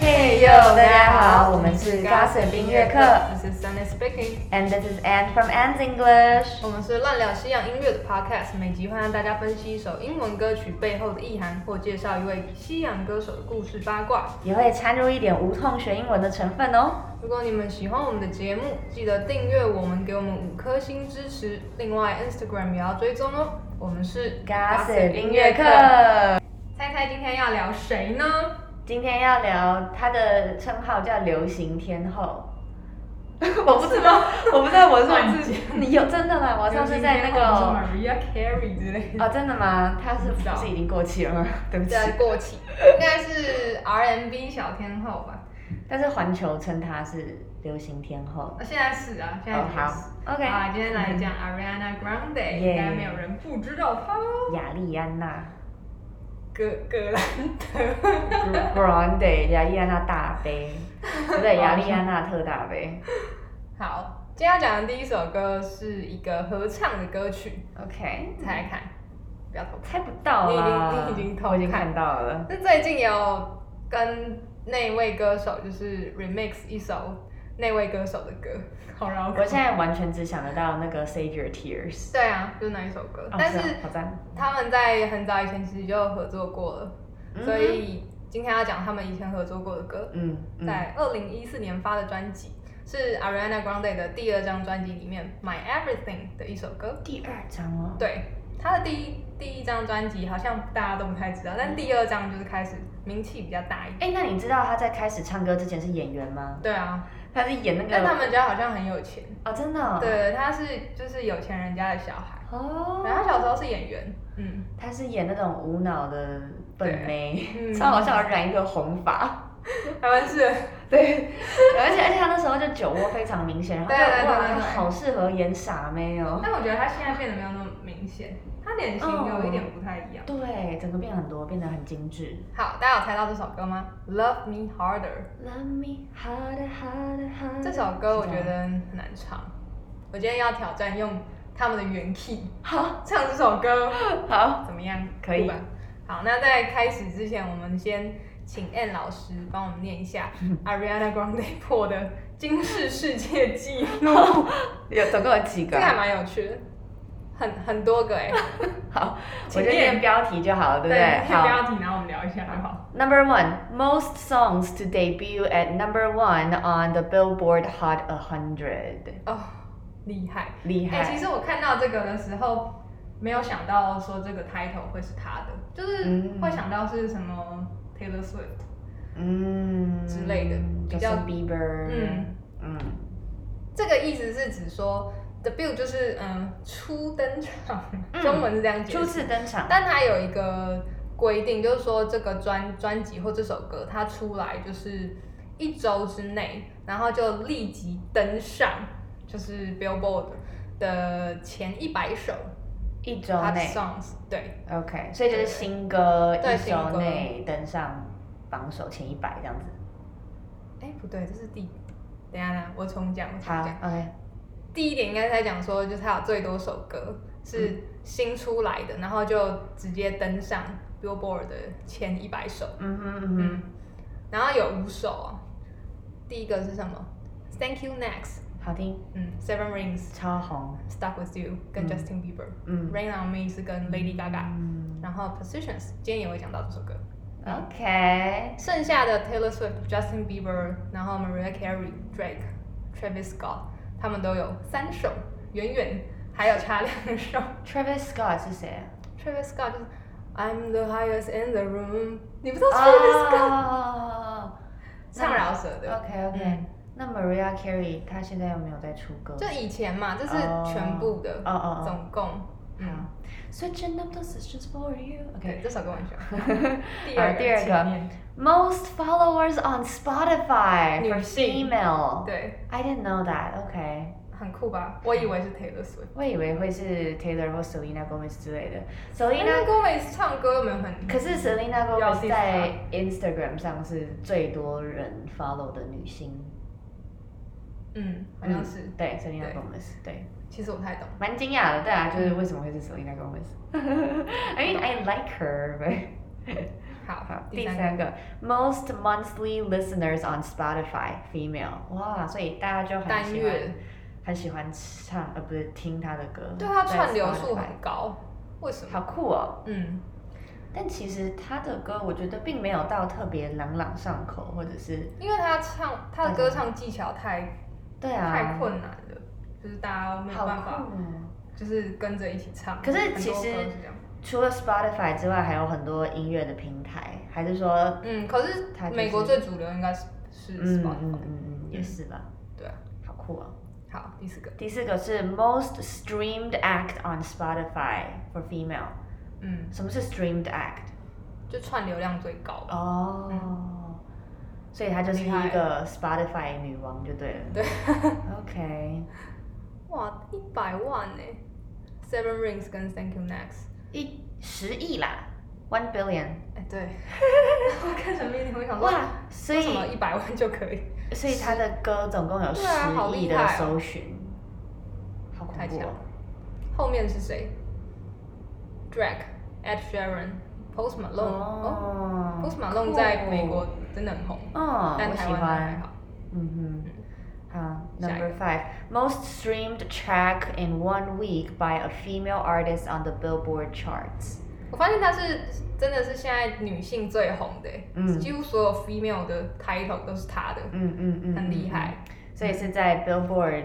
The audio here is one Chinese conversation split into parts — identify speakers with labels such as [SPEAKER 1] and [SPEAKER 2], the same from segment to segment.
[SPEAKER 1] 嘿呦，大家好，我们是 Gossip 音乐课
[SPEAKER 2] 我是 Sunny Speaking，
[SPEAKER 1] ，and this is Anne from Anne's English。
[SPEAKER 2] 我们是乱聊西洋音乐的 Podcast，每集会让大家分析一首英文歌曲背后的意涵，或介绍一位西洋歌手的故事八卦。
[SPEAKER 1] 也会掺入一点无痛学英文的成分哦。
[SPEAKER 2] 如果你们喜欢我们的节目，记得订阅我们，给我们五颗星支持。另外，Instagram 也要追踪哦。我们是
[SPEAKER 1] Gossip 音乐课，
[SPEAKER 2] 猜猜今天要聊谁呢？
[SPEAKER 1] 今天要聊他的称号叫流行天后。 我不知 道，我不知道我上次 你有真的吗？我上次在那个
[SPEAKER 2] 我们是 Maria Carey 之类的，
[SPEAKER 1] 哦，真的吗？他是
[SPEAKER 2] 不知道
[SPEAKER 1] 不是已经过期了 吗？对不起，
[SPEAKER 2] 在过气，应该是 R&B 小天后吧。
[SPEAKER 1] 但是环球称她是流行天后。
[SPEAKER 2] 现在是啊，现在
[SPEAKER 1] 哦
[SPEAKER 2] 已，经是。
[SPEAKER 1] 好，OK，嗯
[SPEAKER 2] 啊，今天来讲 Ariana
[SPEAKER 1] 耶
[SPEAKER 2] Grande，应该没有人不知道她哦。
[SPEAKER 1] 雅丽安娜。
[SPEAKER 2] 格格兰德，
[SPEAKER 1] Grande 雅利安娜大杯，不对，雅利安娜特大杯。
[SPEAKER 2] 好，今天要讲的第一首歌是一个合唱的歌曲，
[SPEAKER 1] OK，
[SPEAKER 2] 猜猜看，不要偷
[SPEAKER 1] 猜
[SPEAKER 2] 看。
[SPEAKER 1] 不到啦，
[SPEAKER 2] 你已经你已经偷看
[SPEAKER 1] 我已经看到了。
[SPEAKER 2] 那最近有跟那位歌手就是 remix 一首那位歌手的歌，好绕口
[SPEAKER 1] 我现。在完全只想得到那个 Save Your Tears，
[SPEAKER 2] 对啊，就是那一首歌，
[SPEAKER 1] 哦
[SPEAKER 2] 但
[SPEAKER 1] 啊
[SPEAKER 2] 是
[SPEAKER 1] 好赞，
[SPEAKER 2] 他们在很早以前其实就合作过了，所以今天要讲他们以前合作过的歌。
[SPEAKER 1] 嗯嗯嗯
[SPEAKER 2] 在二零一四年发的专辑，是 Ariana Grande 的第二张专辑里面《My Everything》的一首歌。
[SPEAKER 1] 第二章哦，
[SPEAKER 2] 对，她的第一第一张专辑好像大家都不太知道，但第二张就是开始名气比较大一点。
[SPEAKER 1] 哎，那你知道他在开始唱歌之前是演员吗？
[SPEAKER 2] 对啊，
[SPEAKER 1] 他是演那
[SPEAKER 2] 但他
[SPEAKER 1] 个
[SPEAKER 2] 们家好像很有钱。
[SPEAKER 1] 哦，真的哦
[SPEAKER 2] 对，他是就是有钱人家的小孩，然后他
[SPEAKER 1] 哦，
[SPEAKER 2] 小时候是演员。嗯，
[SPEAKER 1] 他是演那种无脑的笨妹，
[SPEAKER 2] 嗯
[SPEAKER 1] 超好笑，染一个红发。
[SPEAKER 2] 台湾是
[SPEAKER 1] 对，而且而且他那时候就酒窝非常明显，然后就
[SPEAKER 2] 对对对
[SPEAKER 1] 哇，
[SPEAKER 2] 对
[SPEAKER 1] 他
[SPEAKER 2] 对
[SPEAKER 1] 好适合演傻妹哦。
[SPEAKER 2] 但我觉得他现在变得没有那么明显，他脸型有一点不太一样。
[SPEAKER 1] 对，整个变很多，变得很精致。
[SPEAKER 2] 嗯好，大家有猜到这首歌吗？Love Me Harder。
[SPEAKER 1] Love me harder, harder, harder
[SPEAKER 2] 嗯 这首歌我觉
[SPEAKER 1] 是这样
[SPEAKER 2] 得很难唱，我今天要挑战用他们的原 key
[SPEAKER 1] 好，
[SPEAKER 2] 唱这首歌，
[SPEAKER 1] 好，
[SPEAKER 2] 怎么样？
[SPEAKER 1] 可以
[SPEAKER 2] 酷吧？好，那在开始之前，我们先请 Ann 老师帮我们念一 下 Ariana Grande 破的惊世世界纪录，
[SPEAKER 1] 有总共有几
[SPEAKER 2] 这
[SPEAKER 1] 个
[SPEAKER 2] 个还
[SPEAKER 1] 啊？
[SPEAKER 2] 蛮有趣的，很很多个哎、
[SPEAKER 1] 好，我
[SPEAKER 2] 请
[SPEAKER 1] 就念
[SPEAKER 2] 念
[SPEAKER 1] 标题就好了，对不
[SPEAKER 2] 对，
[SPEAKER 1] 对？好。
[SPEAKER 2] 题，然后我们聊一下好不好？
[SPEAKER 1] Number one, most songs to debut at number one on the Billboard Hot 100，
[SPEAKER 2] 哦，厉害！
[SPEAKER 1] 厉
[SPEAKER 2] 哎、其
[SPEAKER 1] 害。
[SPEAKER 2] 实我看到这个的时候，没有想到说这个 title 会是他的，就是
[SPEAKER 1] 嗯
[SPEAKER 2] 会想到是什么 Taylor Swift，
[SPEAKER 1] 嗯，
[SPEAKER 2] 之类的比较
[SPEAKER 1] Justin Bieber，
[SPEAKER 2] 嗯
[SPEAKER 1] 嗯，
[SPEAKER 2] 这个意思是指说 debut 就是嗯初登场，
[SPEAKER 1] 嗯
[SPEAKER 2] 中文是这样解
[SPEAKER 1] 初
[SPEAKER 2] 释，
[SPEAKER 1] 次登场。
[SPEAKER 2] 但它有一个规定，就是说这个专专辑或这首歌它出来就是一周之内，然后就立即登上就是 Billboard 的前一百首
[SPEAKER 1] 一周
[SPEAKER 2] Hot
[SPEAKER 1] 内
[SPEAKER 2] Songs，对。
[SPEAKER 1] ，OK，所以就是新歌
[SPEAKER 2] 对
[SPEAKER 1] 一
[SPEAKER 2] 新
[SPEAKER 1] 周
[SPEAKER 2] 歌
[SPEAKER 1] 内登上榜首前一百这样子。
[SPEAKER 2] 哎、不对，这是第，等一下呢，我重讲，我重
[SPEAKER 1] 好
[SPEAKER 2] 讲。
[SPEAKER 1] ，OK，
[SPEAKER 2] 第一点应该是在讲说，就是他有最多首歌
[SPEAKER 1] 嗯
[SPEAKER 2] 是新出来的，然后就直接登上 Billboard 的前一百首。
[SPEAKER 1] 嗯哼嗯
[SPEAKER 2] 嗯
[SPEAKER 1] 哼，，
[SPEAKER 2] 然后有五首哦。第一个是什么？Thank You Next，
[SPEAKER 1] 好听，
[SPEAKER 2] 嗯，Seven Rings。
[SPEAKER 1] 超红，
[SPEAKER 2] Stuck with You 跟
[SPEAKER 1] 嗯
[SPEAKER 2] Justin Bieber，Rain、
[SPEAKER 1] 嗯
[SPEAKER 2] on Me 是跟 Lady Gaga，、
[SPEAKER 1] 嗯
[SPEAKER 2] 然后 Positions 今天也会讲到这首歌，
[SPEAKER 1] ，OK，
[SPEAKER 2] 剩下的 Taylor Swift、Justin Bieber，然后 Mariah Carey、Drake、Travis Scott，他们都有三首，远远还有差两首。
[SPEAKER 1] Travis Scott 是谁啊？
[SPEAKER 2] Travis Scott 就是 I'm the highest in the room，你不知道 Travis Scott、
[SPEAKER 1] 哦
[SPEAKER 2] 唱饶舌的，
[SPEAKER 1] ，OK OK，
[SPEAKER 2] 嗯
[SPEAKER 1] 那 Maria Carey 她现在有没有在出歌？
[SPEAKER 2] 就以前嘛，这是
[SPEAKER 1] 哦
[SPEAKER 2] 全部的，
[SPEAKER 1] 哦哦
[SPEAKER 2] 总共。
[SPEAKER 1] 哦，
[SPEAKER 2] 嗯，
[SPEAKER 1] 好，Switching up the systems for you，OK
[SPEAKER 2] 对，。这首歌我很喜欢。 第
[SPEAKER 1] 好
[SPEAKER 2] 二个，
[SPEAKER 1] 第二个
[SPEAKER 2] 请念
[SPEAKER 1] Most followers on Spotify
[SPEAKER 2] 女
[SPEAKER 1] for
[SPEAKER 2] 性
[SPEAKER 1] female。
[SPEAKER 2] 对，
[SPEAKER 1] I didn't know that. OK，
[SPEAKER 2] 很酷吧？我以为是 Taylor Swift。
[SPEAKER 1] 我以为会是 Taylor 或 Selena Gomez 之类的。
[SPEAKER 2] 哎那
[SPEAKER 1] Selena，
[SPEAKER 2] Gomez 唱歌有没有很？
[SPEAKER 1] 可是 Selena
[SPEAKER 2] 要
[SPEAKER 1] Gomez
[SPEAKER 2] diss
[SPEAKER 1] 在 Instagram 上是最多人 follow 的女星。
[SPEAKER 2] 嗯，好像是。
[SPEAKER 1] 嗯对 Selena
[SPEAKER 2] 对
[SPEAKER 1] Gomez，对，
[SPEAKER 2] 其实我不太懂。
[SPEAKER 1] 蛮惊讶的，对 啊，就是为什么会是 Selena Gomez？I mean I like her，but
[SPEAKER 2] 好，
[SPEAKER 1] 好，
[SPEAKER 2] 第
[SPEAKER 1] 第
[SPEAKER 2] 三
[SPEAKER 1] 三
[SPEAKER 2] 个
[SPEAKER 1] 个，most monthly listeners on Spotify female，哇，所以大家就很
[SPEAKER 2] 单
[SPEAKER 1] 喜欢
[SPEAKER 2] 月，
[SPEAKER 1] 很喜欢唱，呃，不是听他的歌，
[SPEAKER 2] 对它
[SPEAKER 1] 在
[SPEAKER 2] 串流
[SPEAKER 1] Spotify
[SPEAKER 2] 数很高，为什么？
[SPEAKER 1] 好酷哦！
[SPEAKER 2] 嗯，
[SPEAKER 1] 但其实他的歌，我觉得并没有到特别朗朗上口，或者是
[SPEAKER 2] 因为他唱他的歌唱技巧太
[SPEAKER 1] 对啊，
[SPEAKER 2] 太困难了，就是大家都没有
[SPEAKER 1] 好
[SPEAKER 2] 办
[SPEAKER 1] 酷
[SPEAKER 2] 法，
[SPEAKER 1] 哦！
[SPEAKER 2] 就是跟着一起唱。
[SPEAKER 1] 可是
[SPEAKER 2] 很多
[SPEAKER 1] 其实
[SPEAKER 2] 歌是这样
[SPEAKER 1] 除了 Spotify 之外，还有很多音乐的平台，还是说，
[SPEAKER 2] 嗯，可是
[SPEAKER 1] 它就是
[SPEAKER 2] 美国最主流应该是是
[SPEAKER 1] 嗯嗯
[SPEAKER 2] Spotify，
[SPEAKER 1] 嗯嗯，也是吧？
[SPEAKER 2] 对啊。
[SPEAKER 1] 好酷哦！
[SPEAKER 2] 好，第四个，
[SPEAKER 1] 第四个是 most streamed act on Spotify for female。
[SPEAKER 2] 嗯，
[SPEAKER 1] 什么是 streamed act？
[SPEAKER 2] 就串流量最高。
[SPEAKER 1] 哦、所以她就是
[SPEAKER 2] 厉害
[SPEAKER 1] 一个 Spotify 女王就对了。
[SPEAKER 2] 对，
[SPEAKER 1] OK，
[SPEAKER 2] 哇，一百万呢！Seven Rings 跟 Thank You Next，
[SPEAKER 1] 一十亿啦，one billion。
[SPEAKER 2] 哎、对， 我看成 meeting，我想说，
[SPEAKER 1] 哇，所
[SPEAKER 2] 为什么
[SPEAKER 1] 以
[SPEAKER 2] 一百万就可以？
[SPEAKER 1] 所以她的歌总共有
[SPEAKER 2] 对啊好
[SPEAKER 1] 十亿
[SPEAKER 2] 厉
[SPEAKER 1] 的
[SPEAKER 2] 害哦
[SPEAKER 1] 搜寻，好
[SPEAKER 2] 太
[SPEAKER 1] 恐怖哦
[SPEAKER 2] 强了！后面是谁？Drake、Ed Sheeran、Post Malone，哦，Post Malone 在美国，真的很红，
[SPEAKER 1] 嗯，
[SPEAKER 2] 但
[SPEAKER 1] 我
[SPEAKER 2] 台
[SPEAKER 1] 喜
[SPEAKER 2] 湾还
[SPEAKER 1] 欢。
[SPEAKER 2] 好。
[SPEAKER 1] 嗯哼，好
[SPEAKER 2] 下一个
[SPEAKER 1] ，Number five, most streamed track in one week by a female artist on the Billboard charts.
[SPEAKER 2] 我发现她是真的是现在女性最红的，
[SPEAKER 1] 嗯
[SPEAKER 2] 几乎所有 female 的 title 都是她的，
[SPEAKER 1] 嗯嗯嗯，
[SPEAKER 2] 很厉害。
[SPEAKER 1] 嗯。所以是在 Billboard，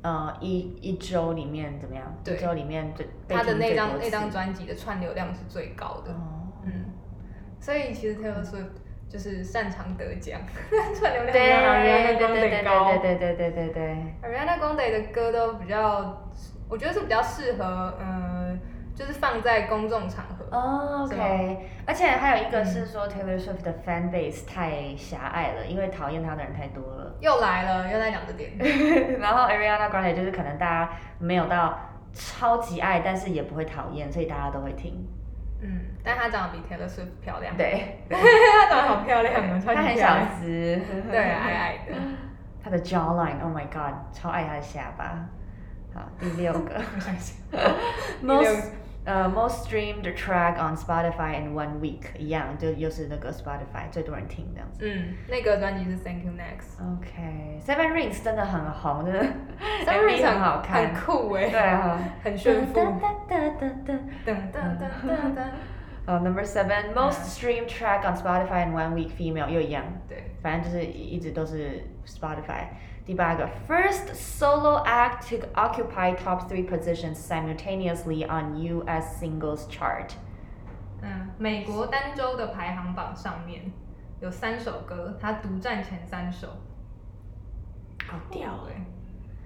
[SPEAKER 1] 呃，一一周里面怎么样？
[SPEAKER 2] 对
[SPEAKER 1] 一周里面最被
[SPEAKER 2] 她的
[SPEAKER 1] 听
[SPEAKER 2] 那
[SPEAKER 1] 最
[SPEAKER 2] 张
[SPEAKER 1] 多
[SPEAKER 2] 那张
[SPEAKER 1] 次
[SPEAKER 2] 专辑的串流量是最高的。
[SPEAKER 1] 哦，
[SPEAKER 2] 嗯，所以其实 Taylor Swift 就是擅长得奖，串流
[SPEAKER 1] 对
[SPEAKER 2] 量
[SPEAKER 1] 对
[SPEAKER 2] 比
[SPEAKER 1] 对对
[SPEAKER 2] Ariana Grande
[SPEAKER 1] 对
[SPEAKER 2] 高。
[SPEAKER 1] 对对对对对，
[SPEAKER 2] Ariana Grande 的歌都比较，我觉得是比较适合，嗯，就是放在公众场合。
[SPEAKER 1] 哦
[SPEAKER 2] 是
[SPEAKER 1] ，OK，而且还有一个是说 Taylor Swift 的 fan base 太狭隘了，因为讨厌她的人太多了。
[SPEAKER 2] 又来了，又在讲这点。
[SPEAKER 1] 然后 Ariana Grande 就是可能大家没有到超级爱，但是也不会讨厌，所以大家都会听。
[SPEAKER 2] 嗯，但她长得比 Taylor Swift 漂亮。，
[SPEAKER 1] 对，
[SPEAKER 2] 她长得好漂亮哦，超
[SPEAKER 1] 她
[SPEAKER 2] 级
[SPEAKER 1] 很
[SPEAKER 2] 漂
[SPEAKER 1] 小
[SPEAKER 2] 亮。
[SPEAKER 1] 只，
[SPEAKER 2] 对，矮矮的。
[SPEAKER 1] 她的 jawline，Oh my God，超爱她的下巴。好，第六 个
[SPEAKER 2] 我想想，
[SPEAKER 1] most 呃、most streamed track on Spotify in one week 一样，就又是那个 Spotify 最多人听这样子。
[SPEAKER 2] 嗯，那个专辑是 Thank You Next。
[SPEAKER 1] OK，Seven、Rings 真的很红，真的
[SPEAKER 2] Summer
[SPEAKER 1] MV 很好看
[SPEAKER 2] 很，酷哎、
[SPEAKER 1] 对啊，
[SPEAKER 2] 很炫富。
[SPEAKER 1] 哒哒哒哒哒
[SPEAKER 2] 噔噔噔噔 噔。
[SPEAKER 1] 呃、n u m b e r seven most streamed track on Spotify in one week female 又一样，
[SPEAKER 2] 对，
[SPEAKER 1] 反正就是一直都是 Spotify。第八个 first solo act to occupy top three positions simultaneously on U.S. singles chart。
[SPEAKER 2] 嗯，美国单周的排行榜上面有三首歌，它独占前三首。
[SPEAKER 1] 好
[SPEAKER 2] 对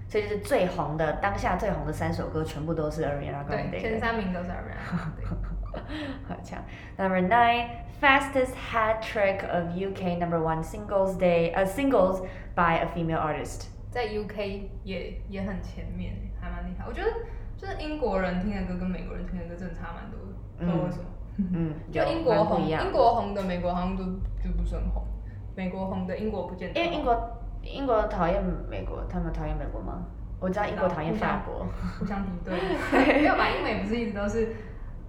[SPEAKER 1] 所以就是最红的当下最红的三首歌全部都是 Ariana
[SPEAKER 2] 对，前
[SPEAKER 1] Grande 的。
[SPEAKER 2] 三名都是 Ariana。对
[SPEAKER 1] 好强。Number nine fastest hat trick of UK number one singles day uh, singles by a female artist。
[SPEAKER 2] 在 UK 也也很前面，欸还蛮厉害。我觉得就是英国人听的歌跟美国人听的歌真的差蛮多的，不知道为什么。
[SPEAKER 1] 嗯，
[SPEAKER 2] 就
[SPEAKER 1] Mm, 有
[SPEAKER 2] 英国
[SPEAKER 1] 蛮不
[SPEAKER 2] 红，
[SPEAKER 1] 一样
[SPEAKER 2] 英国红的美国好像就就不是很红，美国红的英国不见得
[SPEAKER 1] 因
[SPEAKER 2] 红。
[SPEAKER 1] 为英国英国讨厌美国，他们讨厌美国吗？我知道英国讨厌法国。
[SPEAKER 2] 互相敌 对，没有吧？英美不是一直都是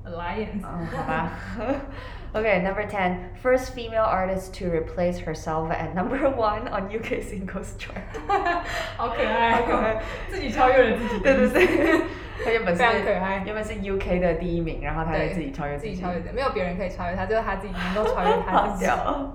[SPEAKER 2] alliance？
[SPEAKER 1] 嗯，好吧。Okay, number ten, first female artist to replace herself at number one on UK singles chart.
[SPEAKER 2] 好可爱
[SPEAKER 1] 好可爱
[SPEAKER 2] 哦，自己超越了自己。
[SPEAKER 1] 对对对，她原本是
[SPEAKER 2] 非常可爱
[SPEAKER 1] 原本是 UK 的第一名，然后她就
[SPEAKER 2] 对
[SPEAKER 1] 自己超越
[SPEAKER 2] 自
[SPEAKER 1] 己，
[SPEAKER 2] 己超越的，没有别人可以超越他，只有他自己能够超越他
[SPEAKER 1] 好
[SPEAKER 2] 自己。
[SPEAKER 1] 屌。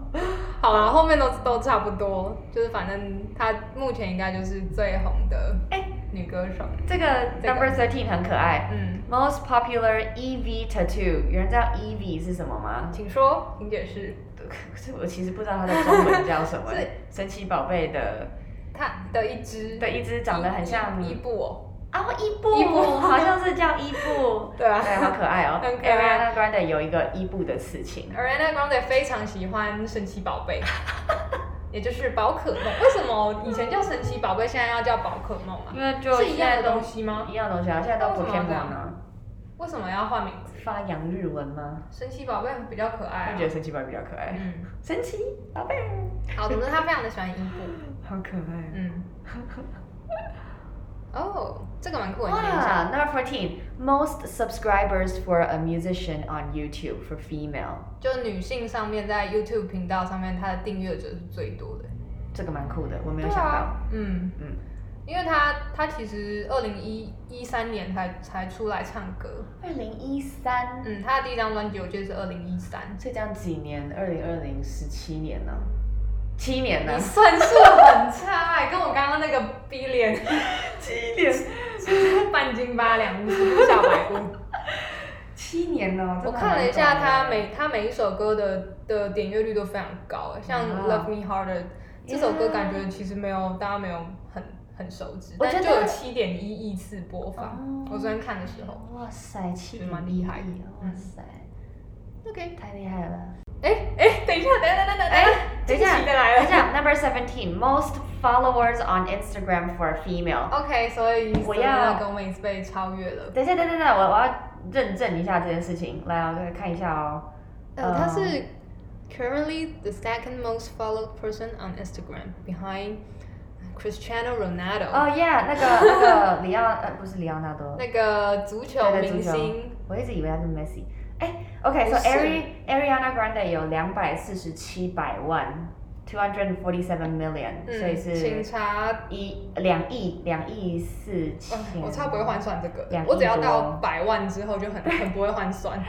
[SPEAKER 2] 好啦，后面都都差不多，就是反正他目前应该就是最红的
[SPEAKER 1] 哎
[SPEAKER 2] 女歌手。
[SPEAKER 1] 这个
[SPEAKER 2] 这个
[SPEAKER 1] number thirteen 很可爱。
[SPEAKER 2] 嗯，
[SPEAKER 1] Most popular EV tattoo，有人知道 EV 是什么吗？
[SPEAKER 2] 请说，请解释。
[SPEAKER 1] 可是我其实不知道它的中文叫什么
[SPEAKER 2] 是。
[SPEAKER 1] 神奇宝贝的
[SPEAKER 2] 他的一只
[SPEAKER 1] 对，一只长得很像
[SPEAKER 2] 伊布哦，
[SPEAKER 1] 啊，伊布，
[SPEAKER 2] 伊布
[SPEAKER 1] 好像是叫伊布
[SPEAKER 2] ，对啊
[SPEAKER 1] 对，好可爱哦。
[SPEAKER 2] 很可爱
[SPEAKER 1] Ariana Grande 有一个伊布的刺青，
[SPEAKER 2] Ariana Grande 非常喜欢神奇宝 贝，也就是宝可梦。为什么以前叫神奇宝贝，现在要叫宝可梦啊？
[SPEAKER 1] 因为就是
[SPEAKER 2] 一样
[SPEAKER 1] 现在
[SPEAKER 2] 的
[SPEAKER 1] 都
[SPEAKER 2] 东西吗？
[SPEAKER 1] 一样的东西啊，现在都
[SPEAKER 2] 为什么要
[SPEAKER 1] Pokemon
[SPEAKER 2] 这样
[SPEAKER 1] 啊，
[SPEAKER 2] 为什么要换名字？
[SPEAKER 1] 发扬日文吗？
[SPEAKER 2] 神奇宝贝比较可爱、
[SPEAKER 1] 我
[SPEAKER 2] 啊
[SPEAKER 1] 觉。得神奇宝贝比较可爱，
[SPEAKER 2] 嗯，
[SPEAKER 1] 神奇宝贝，
[SPEAKER 2] 啊 好，总之他非常的喜欢伊布。
[SPEAKER 1] 好可爱。
[SPEAKER 2] 嗯，哦，这个蛮酷的，你念一下。
[SPEAKER 1] Wow, number 14. Most subscribers for a musician on YouTube for female.
[SPEAKER 2] 就女性上面在 YouTube 频道上面，她的订阅者是最多的。
[SPEAKER 1] 这个蛮酷的，我没有
[SPEAKER 2] 对
[SPEAKER 1] 想到。
[SPEAKER 2] 啊，嗯
[SPEAKER 1] 嗯
[SPEAKER 2] 嗯，因为她她其实二零一一三年才才出来唱歌，
[SPEAKER 1] 二零一三，
[SPEAKER 2] 嗯，她的第一张专辑我记得是二零一三，
[SPEAKER 1] 所以这样几年？二零二零十七年呢、七年呢、
[SPEAKER 2] 你算数很差欸、跟我刚刚那个逼 脸
[SPEAKER 1] 七年，
[SPEAKER 2] 半斤八两，无时不下百步。
[SPEAKER 1] 七年呢、
[SPEAKER 2] 我
[SPEAKER 1] 真的
[SPEAKER 2] 看了一
[SPEAKER 1] 蛮
[SPEAKER 2] 下
[SPEAKER 1] 短的
[SPEAKER 2] 她每她每一首歌的的点阅率都非常高欸，像
[SPEAKER 1] 啊
[SPEAKER 2] 《Love Me Harder》这首歌，
[SPEAKER 1] Yeah
[SPEAKER 2] 感觉其实没有大家没有很很熟知，
[SPEAKER 1] 我
[SPEAKER 2] 但
[SPEAKER 1] 觉
[SPEAKER 2] 就有
[SPEAKER 1] 得
[SPEAKER 2] 七点一亿次播放。
[SPEAKER 1] 哦
[SPEAKER 2] 我昨天看的时候。
[SPEAKER 1] 哇塞，七
[SPEAKER 2] 蛮厉害的
[SPEAKER 1] 哇塞，
[SPEAKER 2] OK，
[SPEAKER 1] 太厉害了。
[SPEAKER 2] 哎哎，等一下，等一下，等一下，等
[SPEAKER 1] 等
[SPEAKER 2] 一下，
[SPEAKER 1] 一下
[SPEAKER 2] 惊喜的来
[SPEAKER 1] 等一
[SPEAKER 2] 了。
[SPEAKER 1] 下，Number Seventeen, most followers on Instagram for a female.
[SPEAKER 2] OK，所以
[SPEAKER 1] 我要
[SPEAKER 2] Selena 跟 w i n s 被超越了。
[SPEAKER 1] 等一下，等一下等一下，我我要认证一下这件事情，来啊，我再看一下哦。
[SPEAKER 2] 呃，她是 currently the second most followed person on Instagram behind Cristiano Ronaldo，、
[SPEAKER 1] 哦、yeah，那个那个里奥呃不是里奥纳多，
[SPEAKER 2] 那个足球
[SPEAKER 1] 对对
[SPEAKER 2] 明
[SPEAKER 1] 足球
[SPEAKER 2] 星。
[SPEAKER 1] 我一直以为他是 Messi。哎，OK，so、
[SPEAKER 2] 不是
[SPEAKER 1] Ari Ariana Grande 有两百四十七百万，two hundred forty seven million，、所
[SPEAKER 2] 嗯
[SPEAKER 1] 以
[SPEAKER 2] 请
[SPEAKER 1] 是
[SPEAKER 2] 查。
[SPEAKER 1] 一两亿两亿四千
[SPEAKER 2] 啊。我超不会换算这个的
[SPEAKER 1] 两，亿
[SPEAKER 2] 我只要
[SPEAKER 1] 多
[SPEAKER 2] 到百万之后就很很不会换 算。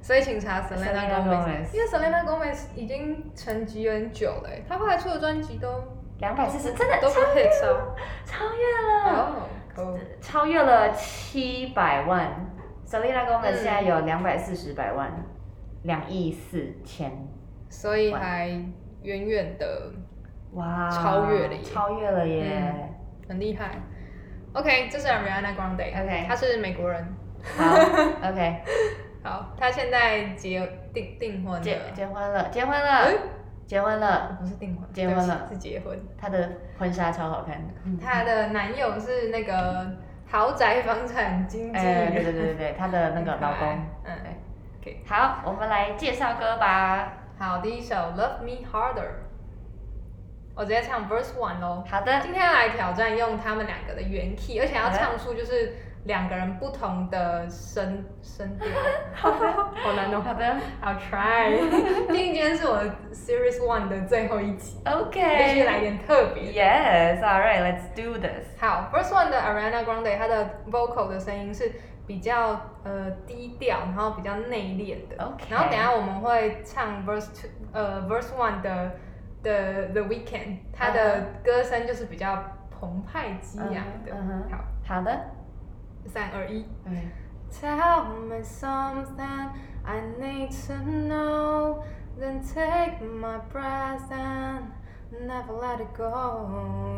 [SPEAKER 2] 所以请查 Selena
[SPEAKER 1] Selena Gomez
[SPEAKER 2] Gomez，因为 Selena Gomez 已经沉寂很久了欸，她后来出的专辑
[SPEAKER 1] 哦
[SPEAKER 2] 都
[SPEAKER 1] 两百四十，真的
[SPEAKER 2] 都不
[SPEAKER 1] 超越
[SPEAKER 2] hits
[SPEAKER 1] 了，
[SPEAKER 2] 啊。
[SPEAKER 1] 超越了。
[SPEAKER 2] 哦，cool
[SPEAKER 1] 超越了七百万。Selena Gomez
[SPEAKER 2] 嗯
[SPEAKER 1] 现在有两百四十百万，两亿四千，
[SPEAKER 2] 所以还远远的
[SPEAKER 1] 哇，
[SPEAKER 2] 超越了耶
[SPEAKER 1] 超越了耶！
[SPEAKER 2] 很厉害。OK，这是 Ariana Grande。
[SPEAKER 1] OK
[SPEAKER 2] 她是美国人。
[SPEAKER 1] 好 ，OK，
[SPEAKER 2] 好，她现在结订订婚
[SPEAKER 1] 结
[SPEAKER 2] 了。
[SPEAKER 1] 结婚了，结婚
[SPEAKER 2] 哎
[SPEAKER 1] 了，结婚了，
[SPEAKER 2] 不是订婚，
[SPEAKER 1] 结婚
[SPEAKER 2] 对不起
[SPEAKER 1] 了嗯
[SPEAKER 2] 是结婚。
[SPEAKER 1] 她的婚纱超好看。
[SPEAKER 2] 她的男友是那个豪宅房产经纪
[SPEAKER 1] 哎，
[SPEAKER 2] 人，
[SPEAKER 1] 对对对对对，她的那个老公。
[SPEAKER 2] 嗯，
[SPEAKER 1] 对好，我们来介绍歌吧。
[SPEAKER 2] 好，第一首《Love Me Harder》，我直接唱 verse one 咯。
[SPEAKER 1] 好的，
[SPEAKER 2] 今天要来挑战用他们两个的原 key，而且要唱出就是两个人不同的声声调，好难哦。
[SPEAKER 1] 好的
[SPEAKER 2] ，I'll try。毕竟今天是我的 series one 的最后一集，必须来
[SPEAKER 1] ，OK。
[SPEAKER 2] 点特别。
[SPEAKER 1] Yes，all right，let's do this。
[SPEAKER 2] 好，First One 的 Ariana Grande，她的 vocal 的声音是比较呃低调，然后比较内敛的。
[SPEAKER 1] OK
[SPEAKER 2] 然后等一下我们会唱 Verse Two，呃 Verse One 的的 The Weekend，他的歌声就是比较澎湃激昂的。
[SPEAKER 1] 嗯哼嗯哼
[SPEAKER 2] 好，
[SPEAKER 1] 好的。
[SPEAKER 2] 三二一。
[SPEAKER 1] 嗯
[SPEAKER 2] Tell me something I need to know. Then take my breath and never let it go.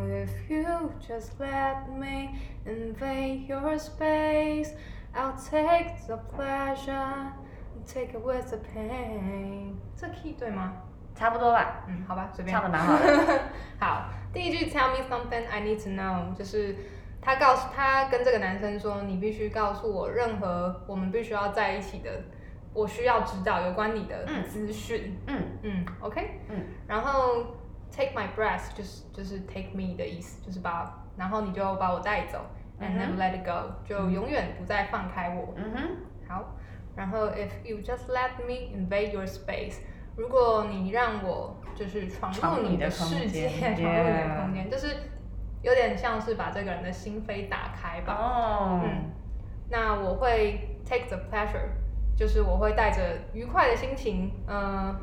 [SPEAKER 2] If you just let me invade your space, I'll take the pleasure and take away the pain. 这 key 对吗？
[SPEAKER 1] 差不多吧，
[SPEAKER 2] 嗯，好吧，随便。
[SPEAKER 1] 唱的蛮好的。
[SPEAKER 2] 好，第一句 Tell me something I need to know，就是他告诉他跟这个男生说，你必须告诉我任何我们必须要在一起的，我需要知道有关你的
[SPEAKER 1] 嗯
[SPEAKER 2] 资讯。
[SPEAKER 1] 嗯
[SPEAKER 2] 嗯 o k
[SPEAKER 1] 嗯，
[SPEAKER 2] 然后 take my breath 就是就是 take me 的意思，就是把，然后你就把我带走、and
[SPEAKER 1] 嗯
[SPEAKER 2] never let it go，就永远不再放开我。
[SPEAKER 1] 嗯哼。
[SPEAKER 2] 好，然后 if you just let me invade your space，如果你让我就是闯
[SPEAKER 1] 闯
[SPEAKER 2] 入
[SPEAKER 1] 入
[SPEAKER 2] 你
[SPEAKER 1] 你的空
[SPEAKER 2] 世界，
[SPEAKER 1] 间
[SPEAKER 2] 闯入你的
[SPEAKER 1] yeah
[SPEAKER 2] 空间，就是有点像是把这个人的心扉打开吧。
[SPEAKER 1] 哦，
[SPEAKER 2] 嗯那我会 take the pleasure，就是我会带着愉快的心情，嗯、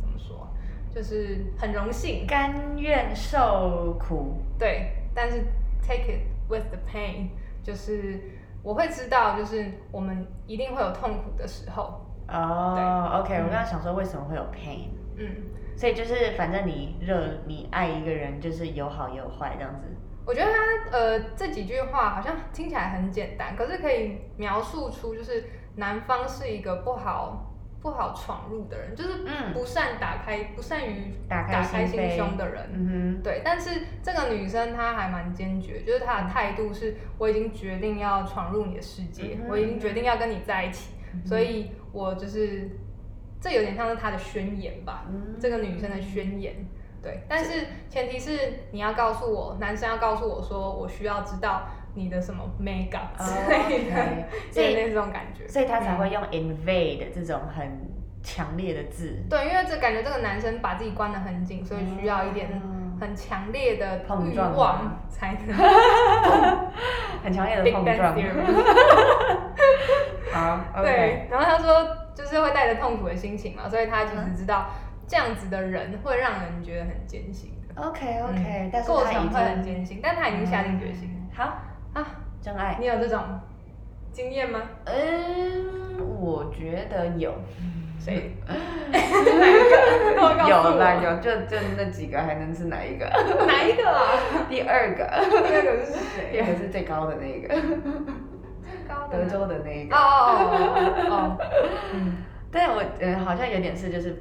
[SPEAKER 2] 怎么说，啊就是很荣幸，
[SPEAKER 1] 甘愿受苦，
[SPEAKER 2] 对，但是 take it with the pain，就是我会知道，就是我们一定会有痛苦的时候。
[SPEAKER 1] 哦、o k
[SPEAKER 2] 嗯
[SPEAKER 1] 我刚刚想说为什么会有 pain，
[SPEAKER 2] 嗯，
[SPEAKER 1] 所以就是反正你热，你爱一个人就是有好有坏这样子，
[SPEAKER 2] 我觉得他呃这几句话好像听起来很简单，可是可以描述出就是男方是一个不好不好闯入的人，就是
[SPEAKER 1] 嗯
[SPEAKER 2] 不善打开、不善于
[SPEAKER 1] 打开
[SPEAKER 2] 打开
[SPEAKER 1] 心
[SPEAKER 2] 心
[SPEAKER 1] 扉
[SPEAKER 2] 胸的人。
[SPEAKER 1] 嗯
[SPEAKER 2] 对，但是这个女生她还蛮坚决，就是她的态度是，我已经决定要闯入你的世界，
[SPEAKER 1] 嗯哼嗯
[SPEAKER 2] 我已经决定要跟你在一起，
[SPEAKER 1] 哼，
[SPEAKER 2] 所以我就是，这有点像是她的宣言吧，
[SPEAKER 1] 嗯
[SPEAKER 2] 这个女生的宣言。对，但是前提是你要告诉我，男生要告诉我说，我需要知道你的什么 makeup
[SPEAKER 1] 哦
[SPEAKER 2] 之类的，
[SPEAKER 1] OK 所
[SPEAKER 2] 所以
[SPEAKER 1] 以
[SPEAKER 2] 那种感觉。嗯
[SPEAKER 1] 所以他才会用 invade 这种很强烈的字，
[SPEAKER 2] 对，因为这感觉这个男生把自己关得很紧，所以需要一点
[SPEAKER 1] 嗯
[SPEAKER 2] 很强烈的
[SPEAKER 1] 碰
[SPEAKER 2] 欲
[SPEAKER 1] 撞
[SPEAKER 2] 望才能
[SPEAKER 1] 很强烈的
[SPEAKER 2] Big
[SPEAKER 1] 碰
[SPEAKER 2] Bang
[SPEAKER 1] 撞。
[SPEAKER 2] Theory。
[SPEAKER 1] 好，OK，
[SPEAKER 2] 对，然后他说就是会带着痛苦的心情嘛，所以他其实知道这样子的人会让人觉得很艰辛。
[SPEAKER 1] OK OK，
[SPEAKER 2] 嗯
[SPEAKER 1] 但是
[SPEAKER 2] 过
[SPEAKER 1] 他已
[SPEAKER 2] 程会很
[SPEAKER 1] 经
[SPEAKER 2] 艰辛，但他已经下定决心
[SPEAKER 1] 好，
[SPEAKER 2] 啊。
[SPEAKER 1] 真爱。
[SPEAKER 2] 你有这种经验吗？
[SPEAKER 1] 嗯，我觉得有，
[SPEAKER 2] 谁？哪一个？都告诉
[SPEAKER 1] 有
[SPEAKER 2] 我
[SPEAKER 1] 啦有，就就那几个，还能是哪一个？
[SPEAKER 2] 哪一个啊？
[SPEAKER 1] 第二个，
[SPEAKER 2] 第二个是
[SPEAKER 1] 第
[SPEAKER 2] 谁？
[SPEAKER 1] 二个是最高的那一个，
[SPEAKER 2] 高
[SPEAKER 1] 德
[SPEAKER 2] 的呢
[SPEAKER 1] 州的那一
[SPEAKER 2] 哦
[SPEAKER 1] 个。
[SPEAKER 2] 哦哦哦哦，嗯，
[SPEAKER 1] 但我嗯，好像有点是就是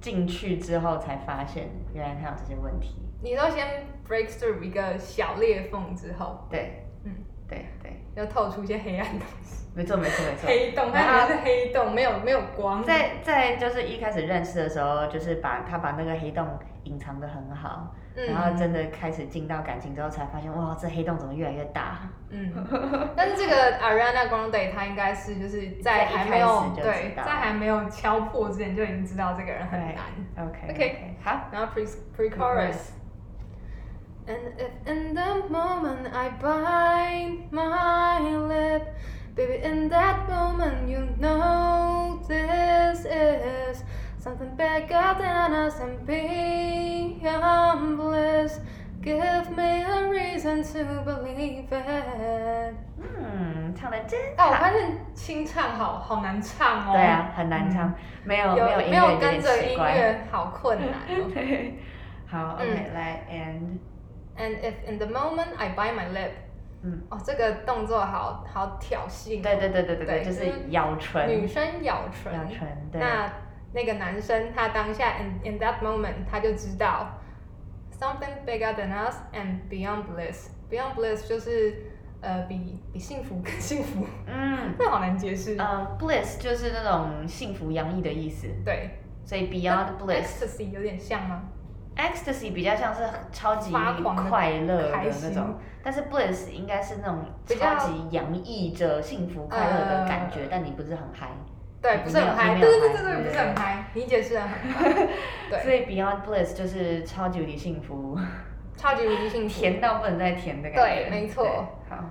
[SPEAKER 1] 进去之后才发现，原来他有这些问题。
[SPEAKER 2] 你都先 break through 一个小裂缝之后，
[SPEAKER 1] 对，
[SPEAKER 2] 嗯，
[SPEAKER 1] 对对，
[SPEAKER 2] 要透出一些黑暗东西，
[SPEAKER 1] 没错没错没错。
[SPEAKER 2] 黑洞，
[SPEAKER 1] 然后
[SPEAKER 2] 它以为是黑洞，没有没有光，
[SPEAKER 1] 在在就是一开始认识的时候，就是把他把那个黑洞隐藏的很好，
[SPEAKER 2] 嗯
[SPEAKER 1] 然后真的开始进到感情之后，才发现哇，这黑洞怎么越来越大？
[SPEAKER 2] 嗯，但是这个 Ariana Grande 她应该是就是
[SPEAKER 1] 在
[SPEAKER 2] 在
[SPEAKER 1] 一开
[SPEAKER 2] 还
[SPEAKER 1] 始
[SPEAKER 2] 没有
[SPEAKER 1] 就
[SPEAKER 2] 对
[SPEAKER 1] 知，道
[SPEAKER 2] 在还没有敲破之前就已经知道这个人很难。
[SPEAKER 1] OK
[SPEAKER 2] 嗯 OK
[SPEAKER 1] 好。
[SPEAKER 2] 然后 pre pre chorus。And if in the moment I bite my lip, baby, in that moment you know this is something bigger than us and beyond bliss. Give me a reason to believe it.
[SPEAKER 1] 嗯，唱的真
[SPEAKER 2] 哎、
[SPEAKER 1] 好。
[SPEAKER 2] 我发现清唱好好难唱哦。
[SPEAKER 1] 对，啊，很难唱，没有
[SPEAKER 2] 有
[SPEAKER 1] 没有音
[SPEAKER 2] 没
[SPEAKER 1] 乐
[SPEAKER 2] 有
[SPEAKER 1] 有
[SPEAKER 2] 跟
[SPEAKER 1] 点
[SPEAKER 2] 着音
[SPEAKER 1] 奇怪。
[SPEAKER 2] 乐好困难 哦。
[SPEAKER 1] 对，好，OK，
[SPEAKER 2] 嗯
[SPEAKER 1] 来，and，
[SPEAKER 2] And if in the moment I bite my lip，
[SPEAKER 1] 嗯，
[SPEAKER 2] 哦，这个动作好好挑衅、哦。
[SPEAKER 1] 对对对对对对，就是咬
[SPEAKER 2] 女
[SPEAKER 1] 唇，
[SPEAKER 2] 生咬唇。
[SPEAKER 1] 咬唇，对，
[SPEAKER 2] 那那个男生他当下 in in that moment 他就知道 something bigger than us and beyond bliss。Beyond bliss 就是呃比比幸福 更幸福，
[SPEAKER 1] 嗯，
[SPEAKER 2] 这好难解释。
[SPEAKER 1] 呃，bliss 就是那种幸福洋溢的意思，
[SPEAKER 2] 对
[SPEAKER 1] 所以 beyond
[SPEAKER 2] 跟
[SPEAKER 1] bliss。
[SPEAKER 2] ecstasy 有点像吗？
[SPEAKER 1] ecstasy 比较像是超级
[SPEAKER 2] 发狂的
[SPEAKER 1] 快乐的
[SPEAKER 2] 开
[SPEAKER 1] 那
[SPEAKER 2] 心
[SPEAKER 1] 种，但是 bliss 应该是那种
[SPEAKER 2] 比较
[SPEAKER 1] 超级洋溢着幸福快乐的感觉，
[SPEAKER 2] 呃
[SPEAKER 1] 但你不是很嗨，
[SPEAKER 2] 对，不是很嗨，
[SPEAKER 1] 你没有
[SPEAKER 2] 对对对
[SPEAKER 1] 嗨
[SPEAKER 2] 对对，
[SPEAKER 1] 对
[SPEAKER 2] 不是很嗨，你解释的很好，对
[SPEAKER 1] 所以 beyond bliss 就是超级无敌幸福，
[SPEAKER 2] 超级无敌幸福。
[SPEAKER 1] 甜到不能再甜的感觉。
[SPEAKER 2] 对没错
[SPEAKER 1] 对好，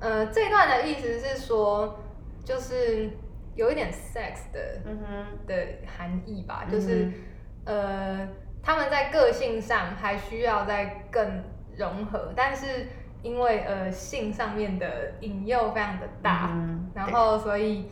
[SPEAKER 2] 呃，这段的意思是说，就是有一点 sex 的
[SPEAKER 1] 嗯哼，
[SPEAKER 2] 的含义吧，就是、
[SPEAKER 1] 嗯
[SPEAKER 2] 呃，他们在个性上还需要再更融合，但是因为呃性上面的引诱非常的大，
[SPEAKER 1] 嗯
[SPEAKER 2] 然后所以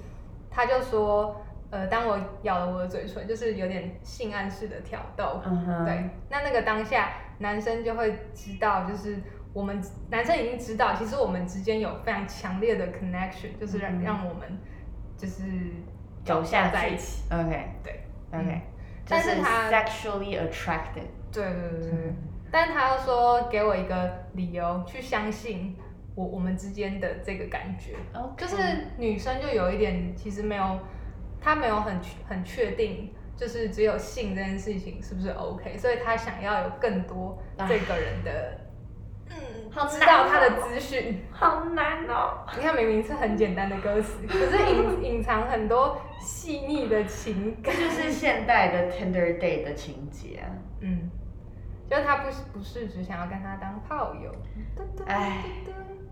[SPEAKER 2] 他就说，呃，当我咬了我的嘴唇，就是有点性暗示的挑逗
[SPEAKER 1] 对，嗯哼，
[SPEAKER 2] 对，那那个当下，男生就会知道，就是我们男生已经知道，其实我们之间有非常强烈的 connection，就是让、
[SPEAKER 1] 嗯
[SPEAKER 2] 让我们就是
[SPEAKER 1] 走下
[SPEAKER 2] 在
[SPEAKER 1] 去
[SPEAKER 2] 一起。
[SPEAKER 1] ，OK，
[SPEAKER 2] 对
[SPEAKER 1] ，OK，
[SPEAKER 2] 但是
[SPEAKER 1] 嗯就是
[SPEAKER 2] 他
[SPEAKER 1] sexually attracted，
[SPEAKER 2] 对对对对对
[SPEAKER 1] 嗯。
[SPEAKER 2] 但他又说给我一个理由去相信我我们之间的这个感觉，
[SPEAKER 1] OK
[SPEAKER 2] 就是女生就有一点其实没有，她没有很确很确定。就是只有性这件事情是不是 OK，所以她想要有更多
[SPEAKER 1] 啊
[SPEAKER 2] 这个人的，嗯，
[SPEAKER 1] 好
[SPEAKER 2] 知
[SPEAKER 1] 难
[SPEAKER 2] 道他
[SPEAKER 1] 哦
[SPEAKER 2] 的资讯。
[SPEAKER 1] 好难哦，
[SPEAKER 2] 你看，明明是很简单的歌词，可是 隐隐藏很多细腻的情感。
[SPEAKER 1] 就是现代的 Tinder Day 的情节啊。
[SPEAKER 2] 嗯，就是他不是不是只想要跟他当炮友。
[SPEAKER 1] 唉，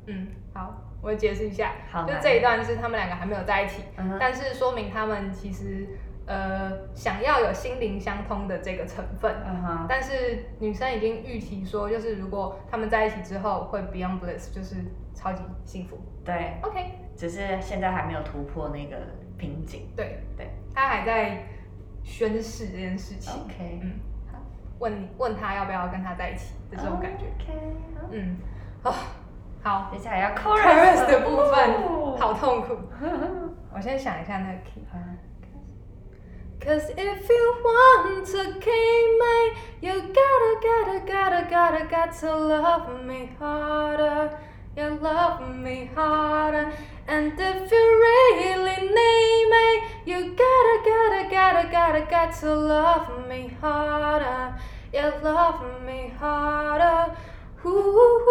[SPEAKER 2] 嗯，好，我解释一下，
[SPEAKER 1] 哎好
[SPEAKER 2] 就
[SPEAKER 1] 难
[SPEAKER 2] 这一段是他们两个还没有在一起，
[SPEAKER 1] 嗯哼
[SPEAKER 2] 但是说明他们其实呃想要有心灵相通的这个成分。
[SPEAKER 1] 嗯哼，
[SPEAKER 2] 但是女生已经预期说，就是如果他们在一起之后会 beyond bliss，就是超级幸福。
[SPEAKER 1] 对，
[SPEAKER 2] OK，
[SPEAKER 1] 只是现在还没有突破那个瓶颈。
[SPEAKER 2] 对
[SPEAKER 1] 对，哦
[SPEAKER 2] 他还在宣誓这件事情。
[SPEAKER 1] OK，
[SPEAKER 2] 嗯，问问他要不要跟他在一起的这种感觉。
[SPEAKER 1] OK，好
[SPEAKER 2] 嗯，啊、好
[SPEAKER 1] 接下来要
[SPEAKER 2] ，chorus
[SPEAKER 1] chorus
[SPEAKER 2] 的部分
[SPEAKER 1] 哦
[SPEAKER 2] 好痛苦。我先想一下那个 key。
[SPEAKER 1] 嗯
[SPEAKER 2] Cause if you want to keep me, you gotta, gotta, gotta, gotta, got to love me harder. You love me harder. And if you really need me, you gotta, gotta, gotta, gotta, got to love me harder. You love me harder. Ooh, Ooh,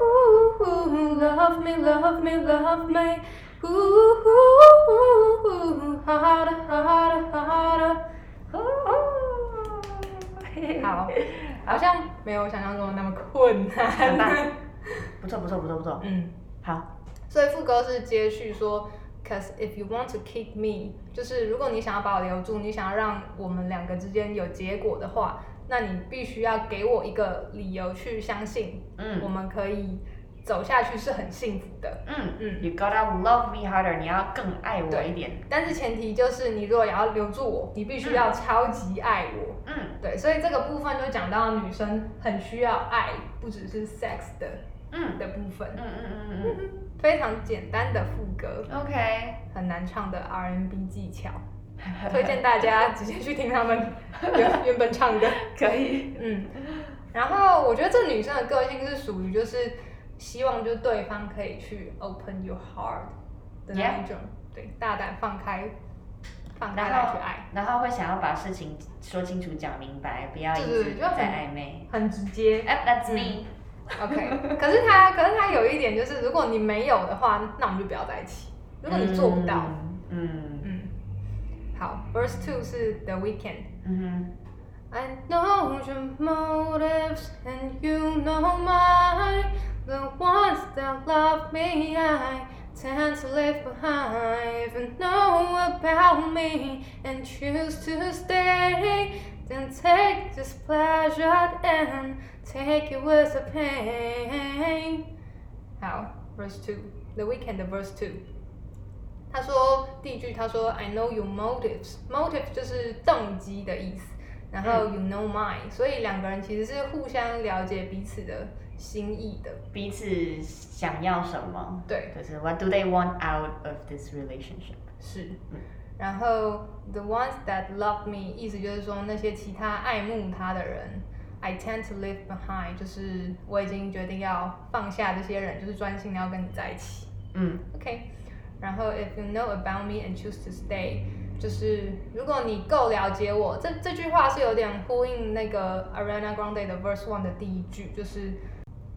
[SPEAKER 2] ooh, ooh, ooh, love me, love me, love me. Ooh, ooh, ooh, ooh, harder, harder, harder. 好，好像没有想象中的那么困
[SPEAKER 1] 很棒
[SPEAKER 2] 难。
[SPEAKER 1] 不错不错不错不错，
[SPEAKER 2] 嗯，
[SPEAKER 1] 好，
[SPEAKER 2] 所以副歌是接续说，Cause if you want to keep me，就是如果你想要把我留住，你想要让我们两个之间有结果的话，那你必须要给我一个理由去相信，我
[SPEAKER 1] 嗯
[SPEAKER 2] 们可以走下去是很幸福的。
[SPEAKER 1] 嗯
[SPEAKER 2] 嗯
[SPEAKER 1] ，You gotta love me harder，你要更爱我
[SPEAKER 2] 对
[SPEAKER 1] 一点，
[SPEAKER 2] 但是前提就是你如果也要留住我，你必须要超级爱我。
[SPEAKER 1] 嗯
[SPEAKER 2] 对，所以这个部分就讲到女生很需要爱，不只是 sex 的
[SPEAKER 1] 嗯
[SPEAKER 2] 的部分
[SPEAKER 1] 嗯嗯。嗯嗯
[SPEAKER 2] 非常简单的副歌，
[SPEAKER 1] 嗯，OK，
[SPEAKER 2] 很难唱的 R&B 技巧，推荐大家直接去听他们 原原本唱的。
[SPEAKER 1] 可以，
[SPEAKER 2] 嗯，然后我觉得这女生的个性是属于就是希望就是对方可以去 open your heart 的那一种对，大胆放开，放开
[SPEAKER 1] 然
[SPEAKER 2] 来
[SPEAKER 1] 后
[SPEAKER 2] 去爱，
[SPEAKER 1] 然后会想要把事情说清楚、讲明白，不要一
[SPEAKER 2] 对对
[SPEAKER 1] 直
[SPEAKER 2] 对就很
[SPEAKER 1] 在暧昧。
[SPEAKER 2] 很直接。
[SPEAKER 1] 哎，That's me。
[SPEAKER 2] OK，可是他，可是他有一点就是，如果你没有的话，那我们就不要在一起。如果你做不到，
[SPEAKER 1] 嗯，
[SPEAKER 2] 嗯，好，Verse Two 是 The Weeknd。
[SPEAKER 1] 嗯嗯
[SPEAKER 2] I know your motives and you know mine. The ones that love me, I tend to leave behind. If you know about me and choose to stay, then take this pleasure and take it with a pain. 好，verse two，The Weekend 的 verse two。他说第一句，他说 I know your motives，motive 就是动机的意思，然后 you know mine，所以两个人其实是互相了解彼此的心意的。
[SPEAKER 1] 哼，彼此想要什么？
[SPEAKER 2] 对，
[SPEAKER 1] 就是 What do they want out of this relationship？
[SPEAKER 2] 是
[SPEAKER 1] 嗯。
[SPEAKER 2] 然后 the ones that love me，意思就是说那些其他爱慕他的人，I tend to leave behind，就是我已经决定要放下这些人，就是专心的要跟你在一起。
[SPEAKER 1] 嗯
[SPEAKER 2] OK，然后 If you know about me and choose to stay，就是如果你够了解我，这这句话是有点呼应那个 Ariana Grande 的 Verse One 的第一句，就是